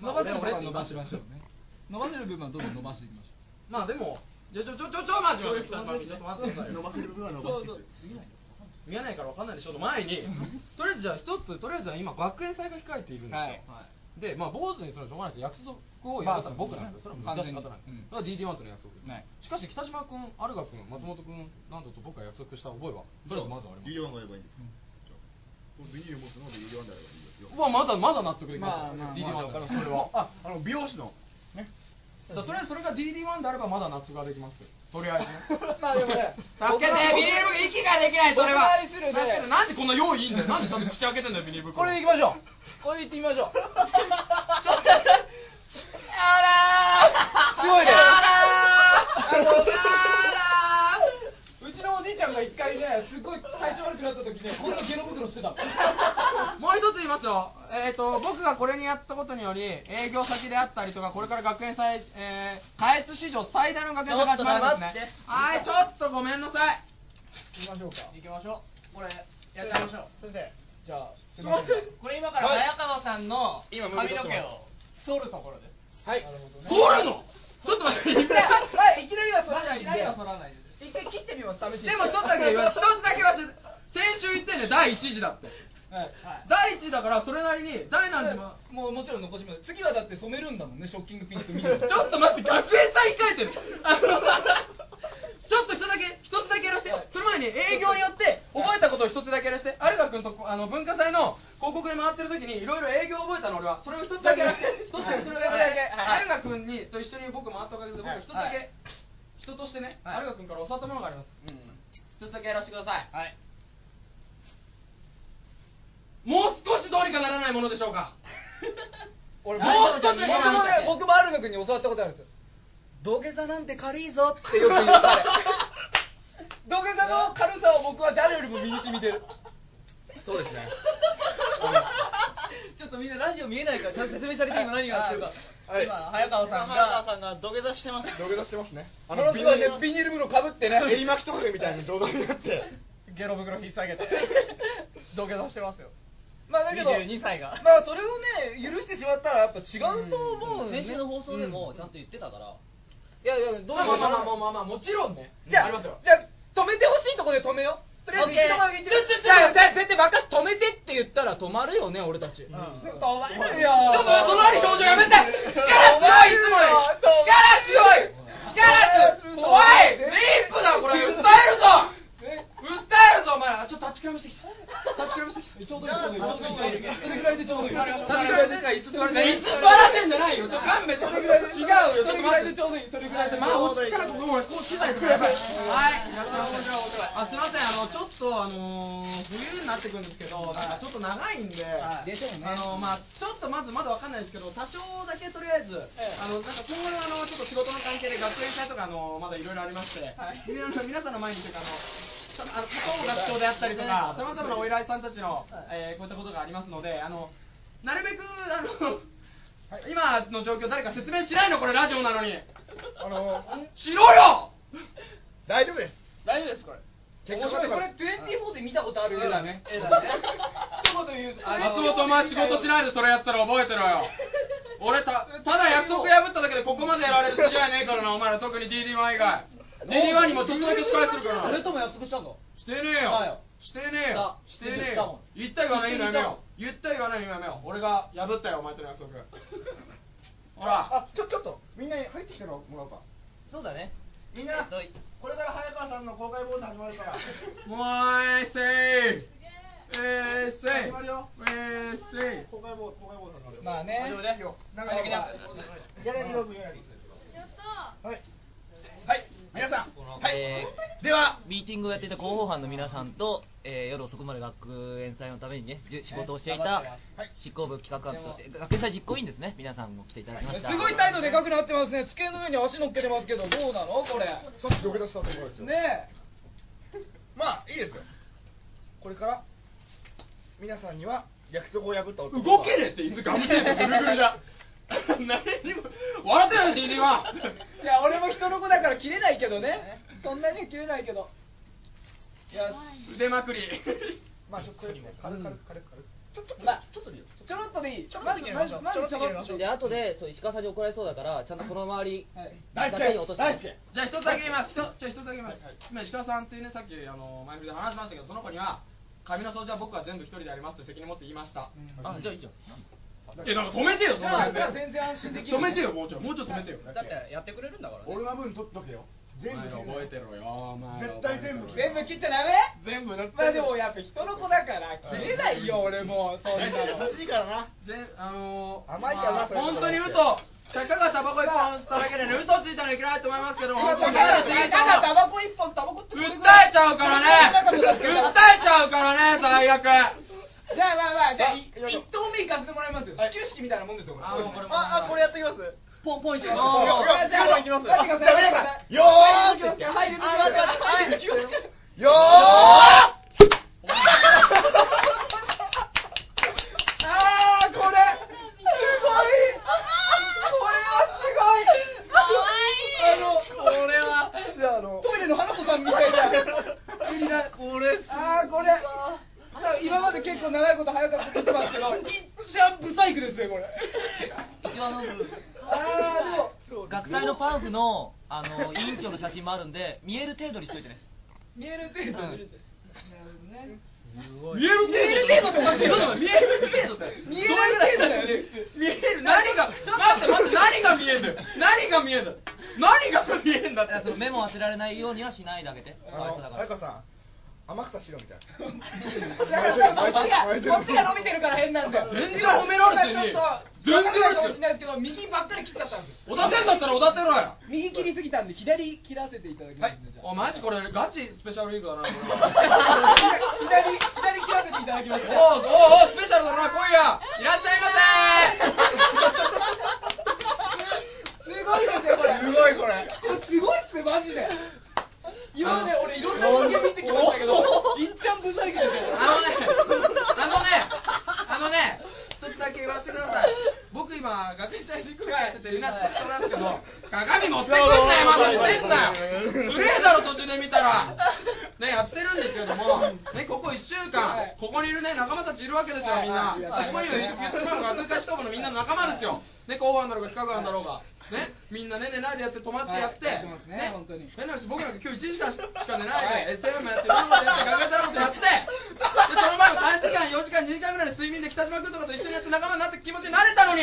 Speaker 2: 伸ばせるところは伸ばしましょうね伸ばせる部分はどんどん伸ばしていきましょ
Speaker 1: まあでも、ちょちょちょちょちょ待って
Speaker 2: ちょ待って
Speaker 1: ちょっと待ってくださいよ。
Speaker 2: 伸ばせる部分は伸ばしていくそうそう
Speaker 1: 見えないからわかんないでしょ。の前に、とりあえずじゃあ一つとりあえずは今学園祭が控えているんですよ。
Speaker 2: はい
Speaker 1: で、まあ坊主にするのはしょうがないです。約束をやったのは僕なんで、それは難しい方なんです。
Speaker 2: うん
Speaker 1: だから DD1 との約束です。
Speaker 2: はい
Speaker 1: しかし北島君、アルガ君、松本君などと僕が約束した覚えは、とりあえずまずはあります。
Speaker 4: ビリワンがやればいいんですかじゃあ僕ビリを持つのでビリワンであればいいですよ
Speaker 1: うわまだまだ納得できます
Speaker 4: まあまあまあ
Speaker 1: DD1 だからそれは
Speaker 4: ああの美容師のね
Speaker 1: だからとりあえずそれが DD1 であればまだ納得ができますとりあえずね
Speaker 2: まあでもね
Speaker 1: 助けてビニール袋息ができないそれは
Speaker 2: 僕の愛するね
Speaker 1: 助けてなんでこんな用意いいんだよなんでちゃんと口開けてんだよビニール
Speaker 2: うこ
Speaker 1: 袋
Speaker 2: れでいきましょうこれでいってみましょう
Speaker 1: あらー
Speaker 2: すごいね
Speaker 1: あらー
Speaker 2: あの
Speaker 1: あ
Speaker 2: うちのおじいちゃんが一回ねすごい体調悪くなった時ねこんなゲロ袋してたの
Speaker 1: もう一つ言いますよ、えー、と僕がこれにやったことにより営業先であったりとかこれから学園祭、えー、下越史上最大の学園祭が始まるんですねはいちょっとごめんなさい
Speaker 2: 行きましょうか
Speaker 13: 行きましょうこれやっちゃいましょう先生
Speaker 2: じゃあすいません
Speaker 13: これ今から
Speaker 1: はい
Speaker 13: 早川さんの髪
Speaker 6: 今
Speaker 13: の
Speaker 6: 向い
Speaker 13: 毛
Speaker 6: て撮ってます
Speaker 13: を剃るところです
Speaker 1: はい
Speaker 2: なるほど
Speaker 1: 剃る
Speaker 2: ね
Speaker 1: のちょっと待って
Speaker 2: いやはいいきなりは剃らないんで
Speaker 1: いきなりは剃らないです
Speaker 2: 一回切ってみます試しに
Speaker 1: でも一つだけ言わ一つだけ言わせて先週言ってんね第一次だって
Speaker 2: はい
Speaker 1: 第一次だからそれなりに第何次も
Speaker 2: もうもちろん残します次はだって染めるんだもんねショッキングピンク 見
Speaker 1: ちょ
Speaker 2: る
Speaker 1: っと待って学園祭控えてるあの さちょっと一つだけ一つだけやらせてその前に営業によって覚えたことを一つだけやらせて有賀君とこあの文化祭の広告に回ってる時にいろいろ営業を覚えたの俺はそれを一つだけやらせて一つだけそれをやらせて
Speaker 2: はい
Speaker 1: 有賀君にと一緒に僕回ったおかげで僕
Speaker 2: はい
Speaker 1: 一つだ
Speaker 2: は
Speaker 1: け
Speaker 2: い
Speaker 1: 人としてね
Speaker 2: はい
Speaker 1: 有賀君から教わったものがあります一つだけやらせてください
Speaker 2: はい
Speaker 1: もう少しどうにかならないものでしょうか
Speaker 2: 俺
Speaker 1: も
Speaker 2: も
Speaker 1: う
Speaker 2: う
Speaker 1: ちょっと
Speaker 2: 僕もね僕もアルガ君に教わったことあるんですよ土下座なんて軽いぞってよく言ってた土下座の軽さを僕は誰よりも身に染みてる
Speaker 1: そうですね
Speaker 2: ちょっとみんなラジオ見えないからちゃんと説明されて今何がやってるか
Speaker 4: はい
Speaker 2: 今早川さん
Speaker 6: 早川
Speaker 2: が
Speaker 6: さんが土下座してます
Speaker 4: 土下座してますねあ
Speaker 2: あ
Speaker 4: の
Speaker 2: の
Speaker 4: ビ
Speaker 2: ビ
Speaker 4: ニ
Speaker 2: ニール
Speaker 4: ール
Speaker 2: ビニール袋かぶってね
Speaker 4: 襟巻きとかみたいな状態になって
Speaker 2: ゲロ袋引っ提げて 土下座してますよ
Speaker 13: ま
Speaker 2: ま
Speaker 13: あ
Speaker 2: あ
Speaker 13: だ
Speaker 2: だ
Speaker 13: け
Speaker 2: け
Speaker 13: ど
Speaker 2: ど
Speaker 13: 22が
Speaker 2: まあそれをね許してしまったらやっぱ違うと思う、ね
Speaker 10: 先週の放送でもちゃんと言ってたから、
Speaker 2: いやいやどう
Speaker 1: まあまあまあまあまあまあもちろんね
Speaker 2: じゃ
Speaker 1: あ
Speaker 2: あ
Speaker 1: りますよ
Speaker 2: じゃあ止めてほしいとこで止めようとりあえず一言だけ言って
Speaker 1: ちょちょちょ
Speaker 2: じゃあ
Speaker 1: だって任せ止めてって言ったら止まるよね俺たち、ちょっと
Speaker 2: 止まるよ
Speaker 1: そのあり表情やめて力強いいつもより力強い力強い怖いレイプだこれ訴えるぞ訴えるぞお前らちょっと立ちくらみしてきた立ちくらみしてきた
Speaker 2: ちょうどいいちょうどいいちょうどいいちょうどいいそれぐらい
Speaker 1: 立ちくらみしてきた椅子座れて椅
Speaker 2: でちょうどいい
Speaker 1: 子座らせんじゃないよちょっと勘弁して
Speaker 2: それぐらいで
Speaker 1: 違うよ
Speaker 2: それぐらいでちょうどいいそれぐらいで
Speaker 1: まあ落ち着かないともうこう機材とかやばいはいいらっしゃいませあすいませんあのちょっとあのー冬になってくるんですけどなんかちょっと長いんで、
Speaker 2: はいでしょうね
Speaker 1: あのまあちょっとまずまだわかんないですけど多少だけとりあえず、
Speaker 2: ええ
Speaker 1: あのなんか今後のあのちょっと仕事の関係で学園祭とかあのまだいろいろありまして、
Speaker 2: はい
Speaker 1: みな皆さんの前にというかあのたあの加藤学長であったりとかさまざまなお依頼さんたちの、えーこういったことがありますのであのなるべくあの今の状況誰か説明しないのこれラジオなのに
Speaker 4: あの
Speaker 1: しろよ
Speaker 4: 大丈夫です
Speaker 2: 大丈夫ですこれ
Speaker 4: 結
Speaker 2: 面白
Speaker 4: 婚して
Speaker 2: い
Speaker 4: か
Speaker 2: こ
Speaker 4: ら
Speaker 2: れ24で見たことある絵だね
Speaker 4: 絵だね
Speaker 2: 一言言うと
Speaker 1: 松本お前仕事しないでそれやったら覚えてろよ俺たただ約束破っただけでここまでやられる筋合いねえからなお前ら特に DD1 以外 DD1 にもちょっとだけ仕返してるから
Speaker 2: そ
Speaker 1: な
Speaker 2: れとも約束したぞ
Speaker 1: してねえ
Speaker 2: だ
Speaker 1: よ
Speaker 2: よ
Speaker 1: してねえよ
Speaker 2: だ
Speaker 1: してねえ
Speaker 2: だもん
Speaker 1: よ言った言わないのやめよ
Speaker 2: だもん
Speaker 1: う言った言わないのやめよう俺が破ったよお前との約束ほら
Speaker 4: あちょちょっとみんなに入ってきてもらおうか
Speaker 10: そうだね
Speaker 4: みんなこれから早川さんの公開坊主始まるから
Speaker 1: もうえいせいえいせい
Speaker 4: 始まるよ
Speaker 1: えいせい
Speaker 4: 公開坊主公開坊主始まるよ
Speaker 2: まあね
Speaker 4: 始まるよ長いよギャラリーローズギャラリーはいはい皆さんはい
Speaker 10: え
Speaker 4: では
Speaker 10: ミーティングをやっていた広報班の皆さんと、えー夜遅くまで学園祭のためにねじゅ仕事をしていた執行部企画班と学園祭実行委員ですね皆さんも来ていただきました
Speaker 2: すごい態度でかくなってますね机の上に足乗っけてますけどどうなのこれ
Speaker 4: さっき土下座したところですよ
Speaker 2: ね
Speaker 4: まあいいですよこれから皆さんには約束を破った男
Speaker 1: 動けねえって椅子ガムテープぐるぐる じゃ何にも笑ってない DD はい
Speaker 2: や俺も人の子だから切れないけどねそんなには切れないけどよし
Speaker 1: 腕まくり
Speaker 12: まあちょっと軽くね軽く軽く軽く軽くちょっと
Speaker 14: まあ
Speaker 12: ちょっとでいいよちょっ
Speaker 2: ちょろっとでいい
Speaker 12: ちょろっとでいいよ
Speaker 14: まずまず
Speaker 12: ちょろっとでいいよ
Speaker 14: で後でそう石川さんに怒られそうだからちゃんとその周りだけに落として
Speaker 1: じゃあ一つだけ言います。ひとじゃあ一つだけ言います。今石川さんっていうねさっきあの前振りで話しましたけどその子には髪の掃除は僕は全部一人でやりますって責任持って言いました。あじゃあいいじゃん。えなんか止めてよその辺で
Speaker 12: じゃあ全然安心できる
Speaker 1: 止めてよもうちょいもうちょい止めてよ。
Speaker 12: だって
Speaker 14: やってくれるんだから
Speaker 12: 俺の分取っとけよ全部
Speaker 1: お前ら覚えてろよお前ら
Speaker 12: 絶対全部切る
Speaker 2: 全部切っちゃダメ
Speaker 1: 全部だって
Speaker 2: まあでもやっぱ人の子だから切れないよ俺もうそんなの
Speaker 12: 優しいからな
Speaker 1: 全あのー、
Speaker 12: 甘いからな
Speaker 1: まあ
Speaker 12: そういうとこ
Speaker 1: 本当に嘘たかがタバコ一本吸っただけでね嘘ついたのいけないと思いますけど本当に
Speaker 2: だから
Speaker 1: 嘘ついた
Speaker 2: だから
Speaker 1: の
Speaker 2: タバコ一本タバコって
Speaker 1: 訴えちゃうからね訴えちゃうからね最悪
Speaker 2: じゃあまあまあじゃあ一投目行かせてもらいますよ始球式みたいなもんですよこれ
Speaker 1: あもうこれも
Speaker 12: ああこれやっときます
Speaker 2: ポンポンいき
Speaker 12: あ
Speaker 2: ます
Speaker 12: ー
Speaker 2: よじゃあ
Speaker 12: いきます
Speaker 2: じゃあ待ってください
Speaker 12: よーって言って
Speaker 2: はい入る
Speaker 12: あ待って
Speaker 2: はい
Speaker 12: 待って
Speaker 2: はい
Speaker 12: よ
Speaker 2: あーこれすごいこれはすごい
Speaker 12: かわいい
Speaker 2: あのこれは
Speaker 12: ーじゃああの
Speaker 2: トイレの花子さんみたいなみんなこれあーこれ今まで結構長いこと早かったと言ってますけど一ちゃんブサイクですねこれ
Speaker 14: 一番の
Speaker 2: あーでも
Speaker 14: 学祭のパンフのあの委員長の写真もあるんで見える程度にしといてね
Speaker 2: 見える程度見える程度なるほどね
Speaker 1: 見える
Speaker 2: 見える程度っておかしいよ
Speaker 1: ちょっと待って見える程度って
Speaker 2: 見えない程度だよね
Speaker 1: 見える何が待って待って何が見えるんだよ何が見えるんだよ何が見えるんだって
Speaker 14: だからその目も当てられないようにはしないであげてかわいそうだ
Speaker 12: あ
Speaker 14: か
Speaker 12: の
Speaker 14: ら
Speaker 12: 彩子さん天草しろみたい
Speaker 2: だ
Speaker 12: な
Speaker 2: からさ、こっちが、こっちが伸びてるから変なんだよ。
Speaker 1: 全然褒められてねえよ
Speaker 2: 全
Speaker 1: 全
Speaker 2: 然
Speaker 1: 然
Speaker 2: 褒めかもしれないですけど、右ばっかり切っちゃったんです。
Speaker 1: おだてんだったらおだてろや
Speaker 2: 右切りすぎたんで、左切らせていただきますね。じゃあ
Speaker 1: おマジこれガチスペシャルウィークだ なこれ
Speaker 2: 左、左切らせていただきます。じゃあ
Speaker 1: おうおうおうスペシャルだな来いやいらっしゃいま
Speaker 2: すごいですよ、これ。
Speaker 1: すごいこれ
Speaker 2: これすごいっすね、マジで。今まで俺いろんな人間見てきましたけど、いっちゃんぶさいけどね。
Speaker 1: あのねあのねあのね一つだけ言わせてください僕今学園祭実行やっててみんな仕事なんですけど鏡持ってくんなよまだしてんなよすれえだろ途中で見た らねやってるんですけどもねここ1週間ここにいるね仲間たちいるわけですよみんな
Speaker 2: はいはい
Speaker 1: ここにいる YouTube が通過したものみんな仲間ですよね候補班だろうが企画班だろうがねみんなね寝ないでやって泊まってやって
Speaker 2: はいやってますね
Speaker 1: ね
Speaker 2: 本当に
Speaker 1: 変な話僕なんか今日1時間しか寝
Speaker 2: は
Speaker 1: ないいで SM もやってルームもやって学園太郎もやってでその前も3時間4時間2時間ぐらいの睡眠で北島君とかと一緒にやって仲間になって気持ちになれたのに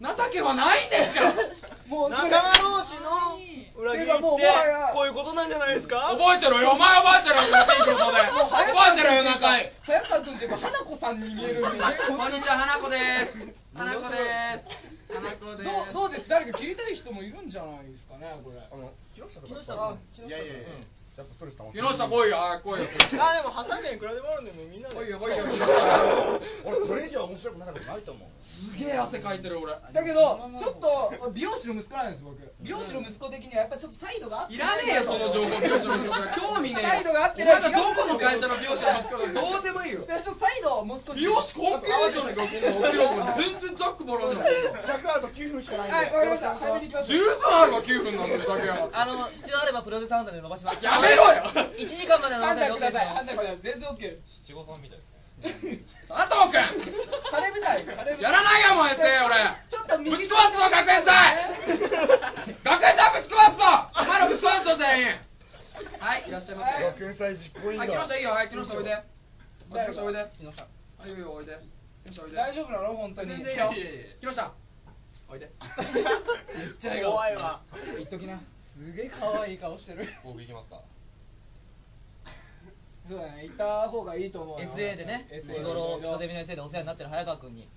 Speaker 1: 情けはないんですよ
Speaker 2: もう、
Speaker 6: 仲間同士の裏切りって
Speaker 2: もうもはや
Speaker 6: こういうことなんじゃないですか
Speaker 1: 覚えてろよお前覚えてろよそのピンクの子で
Speaker 2: もう早
Speaker 1: 覚えてろよ中井
Speaker 2: 早川君っていうか花子さんに見えるんでね
Speaker 1: こんにちは花子です花子です花子です
Speaker 2: どうどうです誰か切りたい人もいるんじゃないですかねこれ
Speaker 12: あの木下とか
Speaker 14: 木下さ
Speaker 12: いやいやいややっぱストレス溜まって
Speaker 1: 木
Speaker 12: る
Speaker 1: 下来いよあー来いよ
Speaker 6: あでもハサミはいくらでもあるんでもうみんなで
Speaker 1: 来いよ来いよ木下
Speaker 12: 俺これ以上面白くなることないと思う
Speaker 1: すげえ汗かいてる俺
Speaker 2: だけどちょっと美容師の息子なんです僕美容師の息子的にはやっぱちょっと態度が合って
Speaker 1: いらねえよその情報美容師の息子が興味ねえよ
Speaker 2: 態度が合って
Speaker 1: お前がどこの会社の美容師の息子だかどうでもいいよ
Speaker 2: だからちょっと態度をもう少し
Speaker 1: 美容師コンピューターの学校の起きろ全然ザックもらうの
Speaker 12: 尺あと9分しかないんで
Speaker 2: はいわかりました早めに行きましょ
Speaker 1: 十分あるわ9分なんだふざけやがって
Speaker 14: あの必要あればプロデューサー判断で伸ばします
Speaker 1: やめろよ
Speaker 14: 1時間まで
Speaker 2: う
Speaker 14: の
Speaker 2: 判
Speaker 14: 判
Speaker 2: 断
Speaker 14: 断で OK
Speaker 2: くだ
Speaker 14: で
Speaker 2: さい
Speaker 14: す
Speaker 2: 判断ください全然 OK です
Speaker 6: 七五三みたいですね
Speaker 1: 佐藤君
Speaker 2: 晴れ舞台晴れ舞台
Speaker 1: やらないよお前せえ俺
Speaker 2: ちょっと
Speaker 1: ぶ
Speaker 2: 右
Speaker 1: ち壊すぞ学園祭学園祭ぶち壊すぞお前らぶち壊すぞ全員はいいらっしゃいませ
Speaker 12: 学園祭実行委員
Speaker 1: はい木下いいよはい木下おいで木
Speaker 2: 誰
Speaker 1: 下おいで
Speaker 2: が
Speaker 1: はいいいよおいで木下おいで
Speaker 2: 大丈夫なの本当に
Speaker 1: 全然いいよ木下おい で
Speaker 2: 怖いわ言っときなすげえ可愛い顔してる
Speaker 6: 僕行きますか
Speaker 2: そうだね行った方がいいと思うよ
Speaker 14: SA でね
Speaker 2: SA
Speaker 14: 日頃風ゼミの SA でお世話になってる早川君に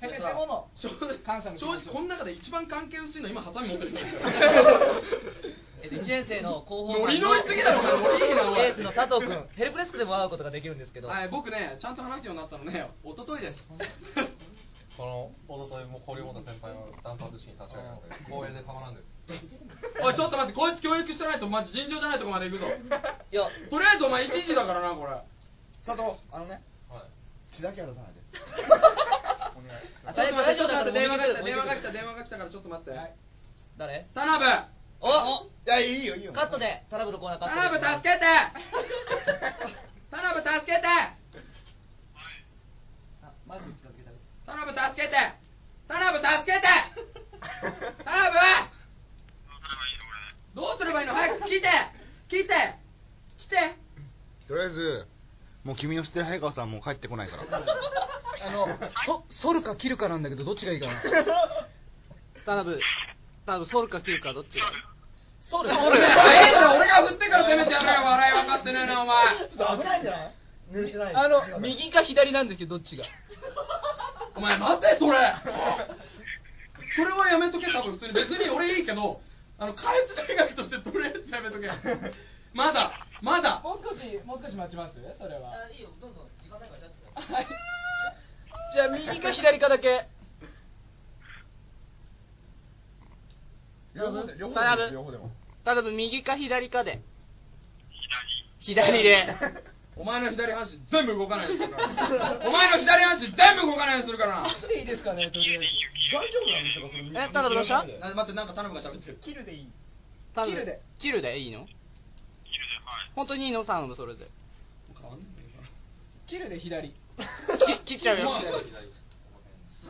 Speaker 2: せめてもの
Speaker 1: 正
Speaker 2: 感謝の気持
Speaker 1: 直
Speaker 2: ち
Speaker 1: この中で一番関係薄いの今ハサミ持ってる人ですよ
Speaker 14: えっと1年生の広報
Speaker 1: ノリノリすぎだろこれいいなおい
Speaker 14: エースの佐藤君ヘルプデスクでも会うことができるんですけど
Speaker 1: はい僕ねちゃんと話すようになったのね一昨日です
Speaker 6: その一昨日も交流を持った先輩のダンパー寿司に立ち会うので光栄でたまらんです
Speaker 1: おいちょっと待ってこいつ教育してないとマジ尋常じゃないとこまで行くぞ
Speaker 14: いや
Speaker 1: とりあえずお前1時だからなこれ
Speaker 12: 佐藤あのね
Speaker 6: はい
Speaker 12: 血だけは出さ ないでお願い
Speaker 14: あ
Speaker 1: ちょっと待ってちょっと待って電話が来た
Speaker 14: もう一
Speaker 1: 電話
Speaker 14: 曲
Speaker 1: が来た電話が来たからちょっと待って、
Speaker 14: 誰
Speaker 1: 田辺
Speaker 14: お
Speaker 12: いやいいよいいよ
Speaker 14: カットでタラブのコーナーカット
Speaker 1: 田辺助けて頼む助けて
Speaker 15: あマイクに近づけたら
Speaker 1: 頼む助けて頼む助 けて頼むどうすればいいの早く来て来て来て
Speaker 16: とりあえず、もう君の知ってる早川さんはもう帰ってこないから。
Speaker 1: あの
Speaker 4: そ剃るか切るかなんだけどどっちがいいかな
Speaker 10: 田辺田辺ソルか切るかどっちが
Speaker 1: それ俺がええんだ俺が振ってから攻めてやれよ笑い分かってねえなお前ちょっと危ないんじゃない濡れてないあの
Speaker 10: 右か左なんですけどどっちが
Speaker 1: お前待てそれそれはやめとけ多分普通に別に俺いいけどあの開智大学としてとりあえずやめとけまだまだ
Speaker 2: もう少しもう少し待ちますそれはあいいよどんどん時間ないから
Speaker 10: はいじゃあ右か左かだけ
Speaker 1: 両方で両方で
Speaker 10: 田辺
Speaker 1: 両方でも
Speaker 10: 田辺右か左かで
Speaker 1: 左でお前の左端全部動かないようにするから お前の左端全部動かないようにするからな
Speaker 2: でいいですかねとりあえず
Speaker 1: 大丈夫なのそれそれ
Speaker 10: え田辺どうした
Speaker 1: な待ってなんか田辺が喋ってる
Speaker 2: 切るでいい
Speaker 10: 田辺
Speaker 2: 切るで
Speaker 10: 切るでいいの本当にいいの田辺それで
Speaker 1: 変わんないよそれ
Speaker 2: 切るで左
Speaker 10: き切っちゃうよ
Speaker 1: お前
Speaker 10: 左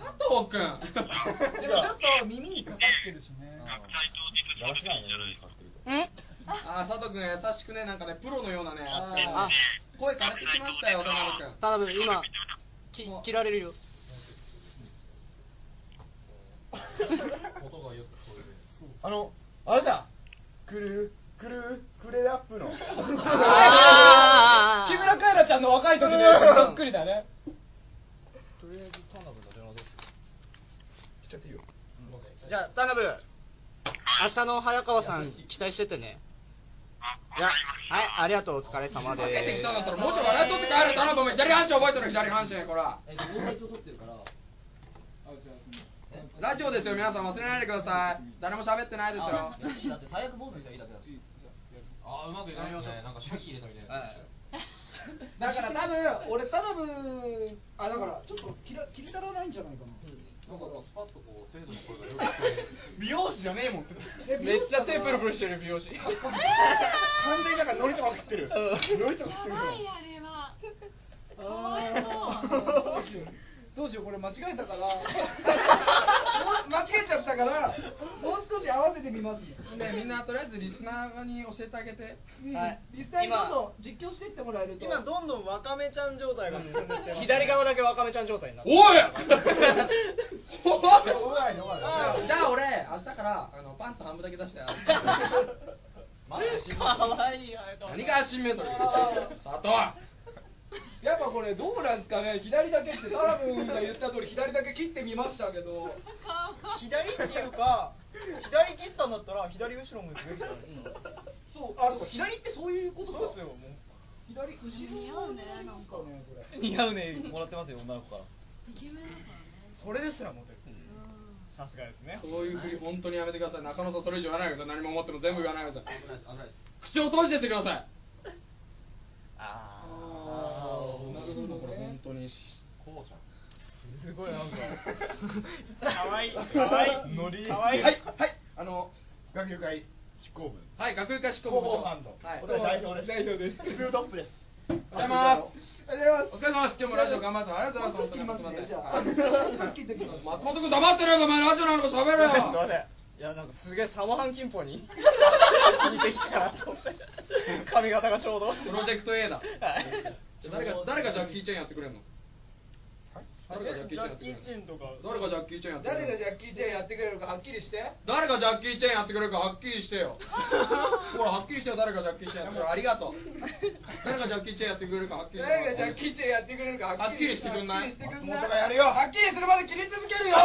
Speaker 1: 佐藤君
Speaker 2: でもちょっと耳にかかってるしね
Speaker 10: ん
Speaker 1: あー佐藤君優しくねなんかねプロのようなね
Speaker 10: あ
Speaker 1: 声枯れてきましたよ田辺君
Speaker 10: 田辺今き切られるよ
Speaker 4: あのあれだくるくるくれラップの
Speaker 2: あー木村カエラちゃんの若い時のやつそっくりだね
Speaker 4: とりあえず田辺の電話で来ちゃっていいよ
Speaker 10: じゃあ田辺明日の早川さん期待しててねいやはいありがとうお疲れ様で
Speaker 1: 負けてきたんだったら
Speaker 10: す
Speaker 1: もうちょい笑い取って帰れ田辺お前左半身覚えてる左半身こら
Speaker 15: えっと大体と取ってるから
Speaker 1: ラジオですよ皆さん忘れないでください誰も喋ってないですよ
Speaker 15: あいいだって最悪坊主にしたらいいだけだあうまくいかないよねなんか書き入れたみたいな
Speaker 2: だから多分俺多分あだからちょっと切ら切り足らないんじゃないかな
Speaker 17: なんかスパッとこう精度の声がよ
Speaker 4: 美容師じゃねえもん
Speaker 2: え
Speaker 4: め
Speaker 2: めっちゃ手プルプルしてる美容師
Speaker 4: 完全になんかノリとか食ってるノリとか食ってる
Speaker 9: やばいあれはかわいそう
Speaker 2: どうしようこれ間違えたから もう間違えちゃったからもう少し合わせてみます
Speaker 1: ねみんなとりあえずリスナーに教えてあげて
Speaker 2: はい実際にどんどん実況してってもらえると
Speaker 1: 今どんどんわかめちゃん状態が進んでって
Speaker 10: 左側だけわかめちゃん状態になって
Speaker 1: お い
Speaker 10: おい
Speaker 1: あじゃあ俺明日からあのパンツ半分だけ出してあ
Speaker 10: マジかわいいよ
Speaker 1: 何がアシンメトリー佐藤
Speaker 2: やっぱこれどうなんですかね左だけってタラブンが言った通り左だけ切ってみましたけど
Speaker 4: 左っていうか左切ったんだったら左後ろも行くべきじゃない
Speaker 2: そうあそうか左ってそういうことか
Speaker 4: そうですよもう
Speaker 2: 左後ろねなんかねこれ
Speaker 6: 似合うねもらってますよ女の子から
Speaker 4: それですらモテるさすがですね
Speaker 1: そういうふうに本当にやめてください中野さんそれ以上言わないでください何も思っても全部言わないでください口を閉じてってください
Speaker 10: あ
Speaker 1: あーなるほどこれ本当にこうじゃん
Speaker 4: すごいなんか
Speaker 6: か わいいかわいい
Speaker 4: ノリ
Speaker 6: かわいい
Speaker 4: はいはいあの学友会執行部
Speaker 1: はい学友会執行部
Speaker 4: 広報班の
Speaker 1: はい
Speaker 4: これは代表です
Speaker 2: 代表です
Speaker 4: フードアップです
Speaker 1: おはようございます
Speaker 2: ありがとう
Speaker 1: お
Speaker 2: ご
Speaker 1: 疲
Speaker 2: ざ
Speaker 1: れ様で
Speaker 2: いま
Speaker 1: すす。今日もラジオ頑張ってありがとうございます。本当にすみません。はい
Speaker 2: すいません
Speaker 1: 松本君黙ってるよ、お前ラジオなのか喋れよ。
Speaker 4: すいませんいやなんかすげえサモハンキン ポに似てきたなと思って髪型がちょうど
Speaker 1: プロジェクト A だ。
Speaker 4: はい
Speaker 1: じゃあ誰が誰がジャッキー・チェンやってくれるの？誰がジャッキー・チェンやってくれる
Speaker 4: ジャッキーチェンとか
Speaker 1: の？誰がジャッキー・チェンやってくれ
Speaker 2: 誰
Speaker 1: る
Speaker 2: が
Speaker 1: の
Speaker 2: ジャッキー・チェンやってくれるかはっきりして
Speaker 1: 誰がジャッキー・チェンやってくれるかはっきりしてよ。ほらはっきりしてよ誰がジャッキー・チェンやってくれるかありがとう。誰がジャッキー・チェンやってくれるかはっきりしてよ。
Speaker 2: 誰がジャッキー・チェンやってくれるかはっきりして
Speaker 1: はっきりしてくんない
Speaker 2: はっきりしてくん
Speaker 4: 松
Speaker 2: ない
Speaker 4: 本がやるよ
Speaker 2: はっきりするまで切り続ける よ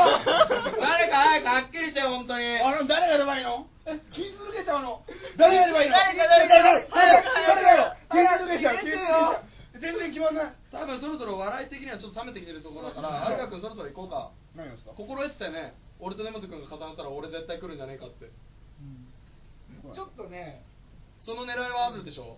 Speaker 1: 誰か早くはっきりしてよ本当に。
Speaker 4: あの誰がやればいいのえ切り続けちゃうの誰がやればいいの
Speaker 2: 誰が誰が
Speaker 4: 誰が誰が誰がやろう切り続けちゃう
Speaker 2: 早く
Speaker 4: 切
Speaker 2: 早く
Speaker 4: り続けちゃう全然決まんない
Speaker 1: 多分そろそろ笑い的にはちょっと冷めてきてるところだから、有川君そろそろ行こうか。
Speaker 4: 何ですか
Speaker 1: 心得てたよね。俺と根本君が重なったら俺絶対来るんじゃねえかって。
Speaker 2: ちょっとね
Speaker 1: その狙いはあるでしょ。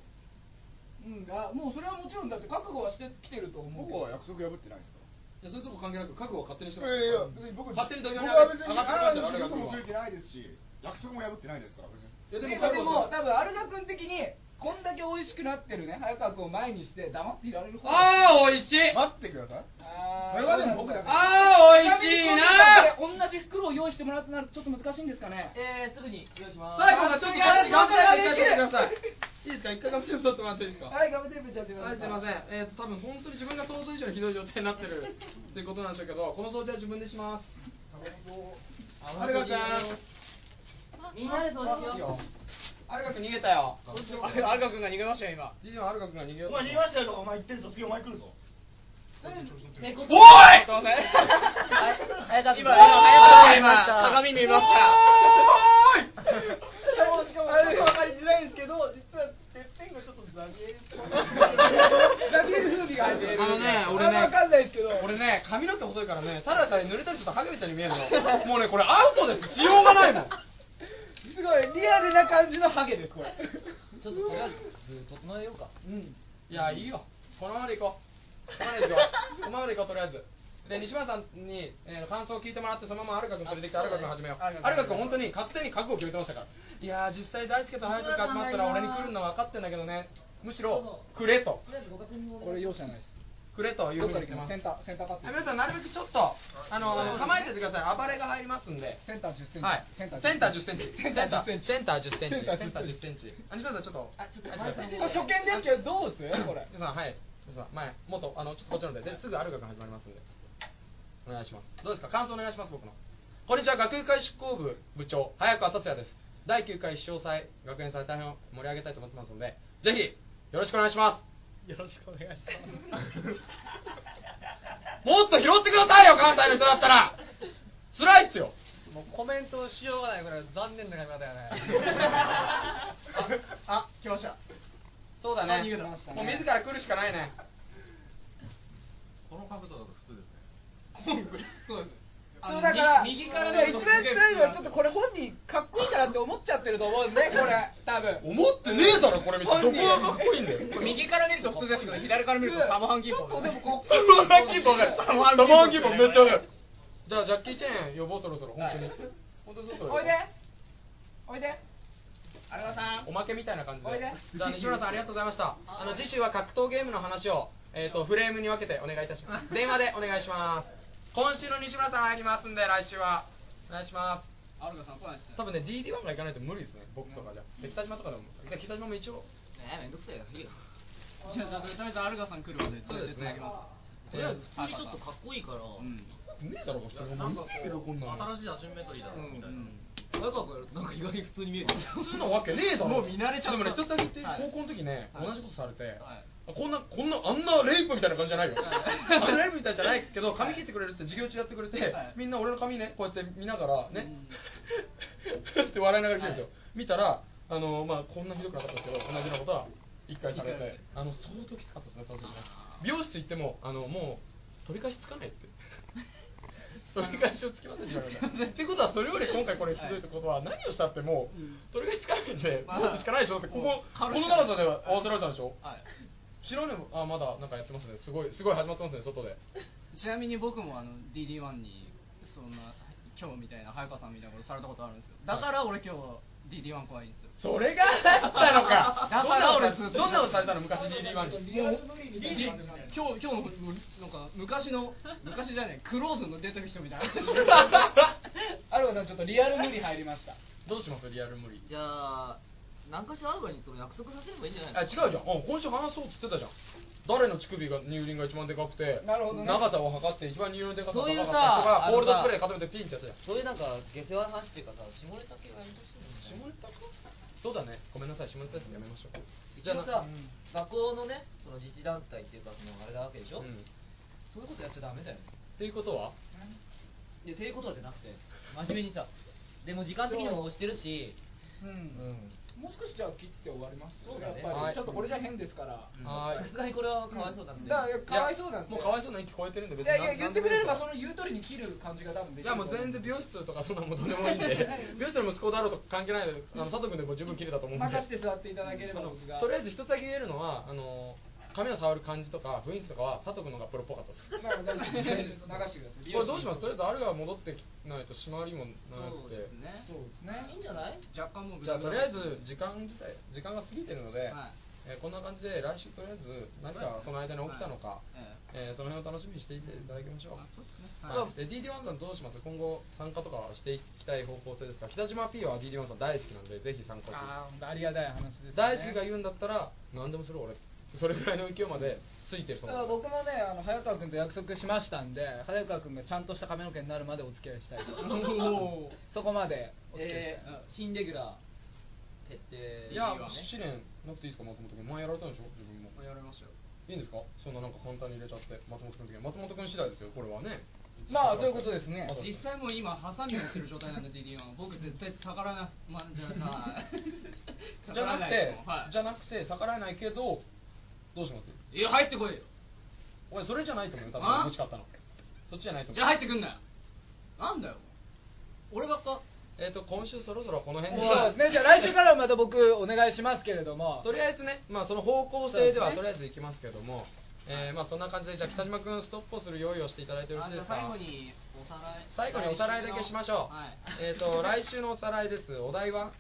Speaker 2: うんあもうそれはもちろんだって覚悟はしてきてると思う
Speaker 4: 僕は約束破ってないですか
Speaker 1: いやそういうとこ関係なく覚悟を勝手にして
Speaker 4: い
Speaker 1: ま
Speaker 4: や
Speaker 1: す
Speaker 4: いや別に僕
Speaker 1: 勝手に
Speaker 4: 僕
Speaker 1: 妥協に
Speaker 4: は別に
Speaker 1: 上
Speaker 4: あ
Speaker 1: が
Speaker 4: な
Speaker 1: ったてく
Speaker 4: た
Speaker 1: れ
Speaker 4: に
Speaker 1: た
Speaker 4: 嘘
Speaker 1: よ
Speaker 4: もついてないですし約束も破ってないですから別に
Speaker 1: いやで
Speaker 2: で
Speaker 1: も
Speaker 2: もでも
Speaker 1: 覚
Speaker 2: 多分アルナ君的に
Speaker 18: こんだけ美味しくなってるね早川君を前にして黙っていられる方
Speaker 1: あー美味しい
Speaker 4: 待ってください
Speaker 18: あ
Speaker 4: それはでも僕だけ
Speaker 1: あー美味しいな
Speaker 18: ちみにこの中で同じ袋を用意してもらうとなるとちょっと難しいんですかね
Speaker 10: えー、すぐに用意します
Speaker 1: 最後がちょっとガムテープ一回取ってくださいいいですか一回ガムテープ取ってもらっていいですか
Speaker 18: はいガムテープじゃあすい
Speaker 1: はいすいませんえっ、と多分本当に自分が想像以上にひどい状態になってるっていうことなんでしょうけどこの掃除は自分でしますありがとうございます
Speaker 10: みんなで掃除しよう
Speaker 1: アルガ君逃げたよ
Speaker 2: アルカ君が逃げましたよ今
Speaker 1: 次はアルガ君が逃げよ
Speaker 6: お前言いましたよお前言ってると次お前来るぞ
Speaker 10: ね
Speaker 1: おい
Speaker 2: すいません
Speaker 10: 早川君
Speaker 2: 今今
Speaker 10: おー
Speaker 2: 早川君が見ました鏡見ました
Speaker 1: しかもしかもちょっと分かりづらいんですけど実はてっぺんがちょっとザビエルっぽいザビエル風味が入ってる
Speaker 19: あのね俺ね
Speaker 1: あんま分かんないですけど俺ね髪の毛細いからねサラさんに濡れたりちょっとハゲめちゃんに見えるのもうねこれアウトですしようがないもんすごいリアルな感じのハゲですこれ
Speaker 10: ちょっととりあえず整えようか
Speaker 1: うんいやいいよこのままでいこうこのままでいこ うこのままでいこうとりあえずで西村さんに、えー感想を聞いてもらってそのままアルカ君連れてきてアルカ君始めようアルカ君本当に勝手に覚悟を決めてましたからいやー実際大輔と早く集まったら俺に来るのは分かってんだけどねむしろくれと
Speaker 10: とりあえずご確認を
Speaker 18: 俺容赦ないです
Speaker 1: くれというふうに言ってます
Speaker 18: センターセンターカット
Speaker 1: 皆さんなるべくちょっとあの構えててください暴れが入りますんで
Speaker 18: センター10センチ、
Speaker 1: はい、
Speaker 18: センター
Speaker 1: センター10センチ、センター10センチ、センター10セン
Speaker 18: セ
Speaker 1: チ、セ
Speaker 18: ンター10
Speaker 1: ンター10センチ。あ、西村さんちょっと、
Speaker 10: あちょっと
Speaker 1: 入ってください
Speaker 10: これ初見
Speaker 18: ですけどどうですこれ
Speaker 1: 西村さんはい、西村さん前、もっとあのちょっとこっちので、ですぐアルガが始まりますんで、お願いします。どうですか、感想お願いします僕の。こんにちは、学友会執行部部長早川達也です。第9回主将祭学園祭大変盛り上げたいと思ってますので、ぜひよろしくお願いします。
Speaker 6: よろしくお願いし
Speaker 1: もっと拾ってくださいよ関西の人だったら。辛いっすよ。
Speaker 2: もうコメントしようがないぐらい残念な髪 型やね
Speaker 1: あ、来ました。そうだね。
Speaker 18: あ逃げてましたね
Speaker 1: もう自ら来るしかないね。
Speaker 4: この角度だと普通ですね
Speaker 1: そうです。
Speaker 2: そうだから
Speaker 1: 右から
Speaker 2: そう一番強いのはちょっとこれ本人かっこいいからって思っちゃってると思 うんでこれ多分
Speaker 1: 思ってねえだろこれ見てどこがかっこいいんだよ
Speaker 2: これ右から見ると普通ですけど左から見るとサモハンキンポちょっとでもこ
Speaker 1: サモハンキーポンねサモハンキーポンめっちゃ分かるじゃあジャッキー・チェーン呼ぼうそろそろ本当に本当にそろそろ
Speaker 2: おいでおいであれはさん
Speaker 1: おまけみたいな感じで
Speaker 2: おいで
Speaker 1: じゃあ西村さんありがとうございましたあの次週は格闘ゲームの話をえーとフレームに分けてお願いいたし ます電話でお願いします今週の西村さん入りますんで来週はお願いします
Speaker 2: アルガさん来ないですね
Speaker 1: 多分ね DD1 が行かないと無理ですね僕とかじゃ北島とかでも北島も一応
Speaker 10: えー、めんどくせえよいいよ
Speaker 2: じゃあとりあえずアルガさん来るまで
Speaker 1: そうですね
Speaker 10: とりあえず普通にちょっとかっこいいから、うん、
Speaker 1: ねえだろ普通に
Speaker 4: なんかこ
Speaker 1: 見てみろこんなの
Speaker 4: う新しいアシンメトリーだなみたいな、
Speaker 10: 早川君やるとなんか意外に普通に見えてる
Speaker 1: 普通のわけねえだろ
Speaker 2: もう見慣れちゃった
Speaker 1: でもね一つだけ言って
Speaker 2: はい
Speaker 1: 高校の時ね
Speaker 2: はい
Speaker 1: 同じことされて
Speaker 2: はい
Speaker 1: あこんなこんなあんなレイプみたいな感じじゃないよあんなレイプみたいじゃないけど髪切ってくれるって授業中やってくれて
Speaker 2: はい
Speaker 1: みんな俺の髪ねこうやって見ながらねって笑いながら来るんですよ見たらあのまあこんなひどくなかったですけど同じようなことは一回され
Speaker 2: 一回
Speaker 1: てあの相当きつかったですねその時ね美容室行ってもあのもう取り返しつかないって 取り返しをつきませんって言われましたってことはそれより今回これひどいってことは何をしたってもう取り返しつかないんで
Speaker 2: まあ
Speaker 1: 持つしかないでしょだってここ
Speaker 2: もう
Speaker 1: こ
Speaker 2: 軽い
Speaker 1: の
Speaker 2: しかない
Speaker 1: 長さでは合わせられたんでしょ
Speaker 2: はい
Speaker 1: 白根もあまだなんかやってますねすごいすごい始まってますね外で
Speaker 2: ちなみに僕もあの DD1 にそんな今日みたいな早川さんみたいなことされたことあるんですよだから俺今日 DD1 怖いんですよ
Speaker 1: それがあったのか
Speaker 2: だから俺ずっと
Speaker 1: どんなことされたの昔 DD1 に
Speaker 2: もうリ今日今日のなんか昔の昔じゃねえクローズの出てる人みたいな
Speaker 18: アルバさんちょっとリアル無理入りました
Speaker 1: どうしますリアル無理
Speaker 10: じゃあ何かしらアルバにその約束させればいいんじゃ
Speaker 1: あ
Speaker 10: ないの
Speaker 1: 違うじゃんあ今週話そうっつってたじゃん誰の乳首が乳輪が一番でかくて
Speaker 18: なるほどね
Speaker 1: 長さを測って一番乳輪のでかさが高かった人
Speaker 10: そういうさ
Speaker 1: がゴールドスプレー
Speaker 10: あのさ
Speaker 1: 固めてピンってやつじゃん
Speaker 10: そういうなんか下世話な話っていうかさ下ネタ系はやめてほしい
Speaker 1: 下ネ
Speaker 10: んだよね
Speaker 1: タかそうだねごめんなさい下ネタですやめましょう
Speaker 10: 一応
Speaker 1: じゃあ
Speaker 10: さ、学校のねその自治団体っていうかそのあれなわけでしょ、
Speaker 1: うん
Speaker 10: そういうことやっちゃダメだよね
Speaker 1: っていうことはい
Speaker 10: やていうことはじゃなくて真面目にさでも時間的にも押してるし
Speaker 18: うん、もう少しじゃあ切って終わります
Speaker 10: そうだね
Speaker 18: やっぱ
Speaker 1: は
Speaker 18: り
Speaker 1: い
Speaker 18: ちょっとこれじゃ変ですから、
Speaker 1: はー
Speaker 10: さ
Speaker 1: い
Speaker 10: すがにこれはかわいそうなんで、
Speaker 18: だからいやかわいそうなん
Speaker 1: い
Speaker 18: で
Speaker 1: やもうかわいそうな息超えてるんで
Speaker 18: いやいや言ってくれればそ
Speaker 1: の
Speaker 18: の言う通りに切る感じが多分
Speaker 1: いやもう全然美容室とかそんなもんどうでもいいんで 美容室の息子だろうと関係ないのであの佐藤君でも十分綺麗だと思うんで
Speaker 18: 任して座っていただければ僕が
Speaker 1: とりあえず一つだけ言えるのはあのー髪を触る感じとか雰囲気とかは佐藤君の方がプロっぽかったです
Speaker 2: まあ大丈夫です流してください
Speaker 1: これどうしますとりあえずあるが戻ってきないと締まりもなくて
Speaker 2: そうですねいいんじゃない若干もう
Speaker 1: じゃあとりあえず時間自体時間が過ぎてるので、えーこんな感じで来週とりあえず何かその間に起きたのか、えーその辺を楽しみにしていていただきましょう。はいで DD1 さんどうします今後参加とかはしていきたい方向性ですか北島 P は DD1 さん大好きなんでぜひ参加して
Speaker 20: あーありがたい話です、ね、
Speaker 1: 大好きが言うんだったら何でもする俺それぐらいの勢いまでついてるそ
Speaker 20: だから僕もねあの早川君と約束しましたんで早川君がちゃんとした髪の毛になるまでお付き合いしたいとそこまでお付き合いし
Speaker 10: え
Speaker 20: たい、
Speaker 10: ー、新レギュラー決定
Speaker 1: いや試練なくていいですか松本君前やられたんでしょ自分も
Speaker 2: やられましたよ
Speaker 1: いいんですかそんななんか簡単に入れちゃって松本君的に松本君次第ですよこれはね
Speaker 20: まあそういうことですね
Speaker 1: あと
Speaker 2: 実際もう今ハサミ持ってる状態なんで DD1 は僕絶対逆らわなまんじゃない
Speaker 1: じゃなくて、じ
Speaker 2: ゃ
Speaker 1: ゃなくて逆らえないけどどうします
Speaker 2: いや入ってこいよ
Speaker 1: おいそれじゃないと思うよ多
Speaker 2: あ
Speaker 1: 分欲しかったのそっちじゃないと思う
Speaker 2: じゃあ入ってくんなよなんだよ
Speaker 1: 俺ばっかえっ、と今週そろそろこの辺
Speaker 20: そうですねじゃあ来週からはまた僕お願いしますけれども
Speaker 1: とりあえずね、まあ、その方向性では
Speaker 20: そ
Speaker 1: と
Speaker 20: う
Speaker 1: りあ
Speaker 20: で
Speaker 1: えずいきますけども、えーまあ、そんな感じでじゃあ北島君ストップをする用意をしていただいてよろしいですか
Speaker 2: 最後におさらい
Speaker 1: 最後におさらいだけしましょう、
Speaker 2: はい
Speaker 1: えっ、と 来週のおさらいですお題は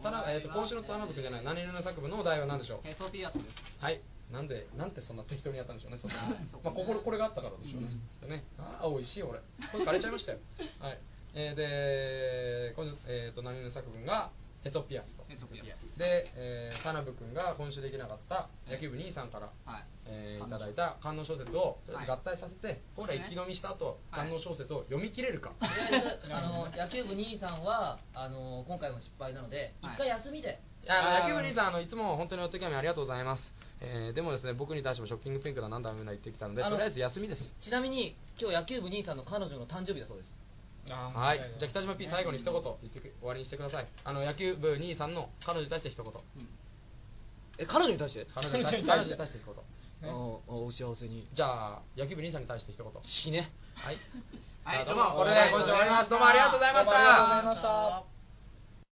Speaker 2: お
Speaker 1: 田
Speaker 2: 題は
Speaker 1: 中えー、と今週の田辺君じゃない何々の作文のお題は何でしょう
Speaker 2: ヘソピアスです
Speaker 1: はいなんでなんてそんな適当にやったんでしょうねそんな
Speaker 2: はい そこね
Speaker 1: まあこここれがあったからでしょうね,、ねああ美味しい俺声枯れちゃいま したよはいえー、で今週、えー、と何々の作文がヘソピアスと
Speaker 2: ヘソピアス
Speaker 1: で、えー、田辺君が今週できなかった野球部兄さんから、
Speaker 2: はい
Speaker 1: えーいただいた観音小説をとりあえず合体させて、
Speaker 10: そう
Speaker 1: 僕
Speaker 10: で
Speaker 1: ら
Speaker 10: すね
Speaker 1: 一気飲みした後、
Speaker 10: はい
Speaker 1: 観音小説を読み切れるか、
Speaker 10: とりあえ ずあの野球部兄さんはあの今回も失敗なので一回休みで、
Speaker 1: いや野球部兄さんあのいつも本当にお手紙ありがとうございます、えーでもですね僕に対してもショッキングピンクだなんだなんだ言ってきたので
Speaker 10: あ
Speaker 1: と
Speaker 10: の
Speaker 1: りあえず休みです
Speaker 10: ちなみに今日野球部兄さんの彼女の誕生日だそうです
Speaker 1: はいじゃあ北島 P 最後に一言言ってく終わりにしてくださいあの野球部兄さんの彼女に対して一言、
Speaker 10: え彼女に対して
Speaker 1: 彼女に対して彼女に対して一言
Speaker 10: あお幸せに
Speaker 1: じゃあ野球部兄さんに対して一言
Speaker 10: 死ね
Speaker 1: はい
Speaker 2: はい
Speaker 1: じゃあどうもこれで今週終わりますどうもありがとうございました
Speaker 2: どうもありがとうございました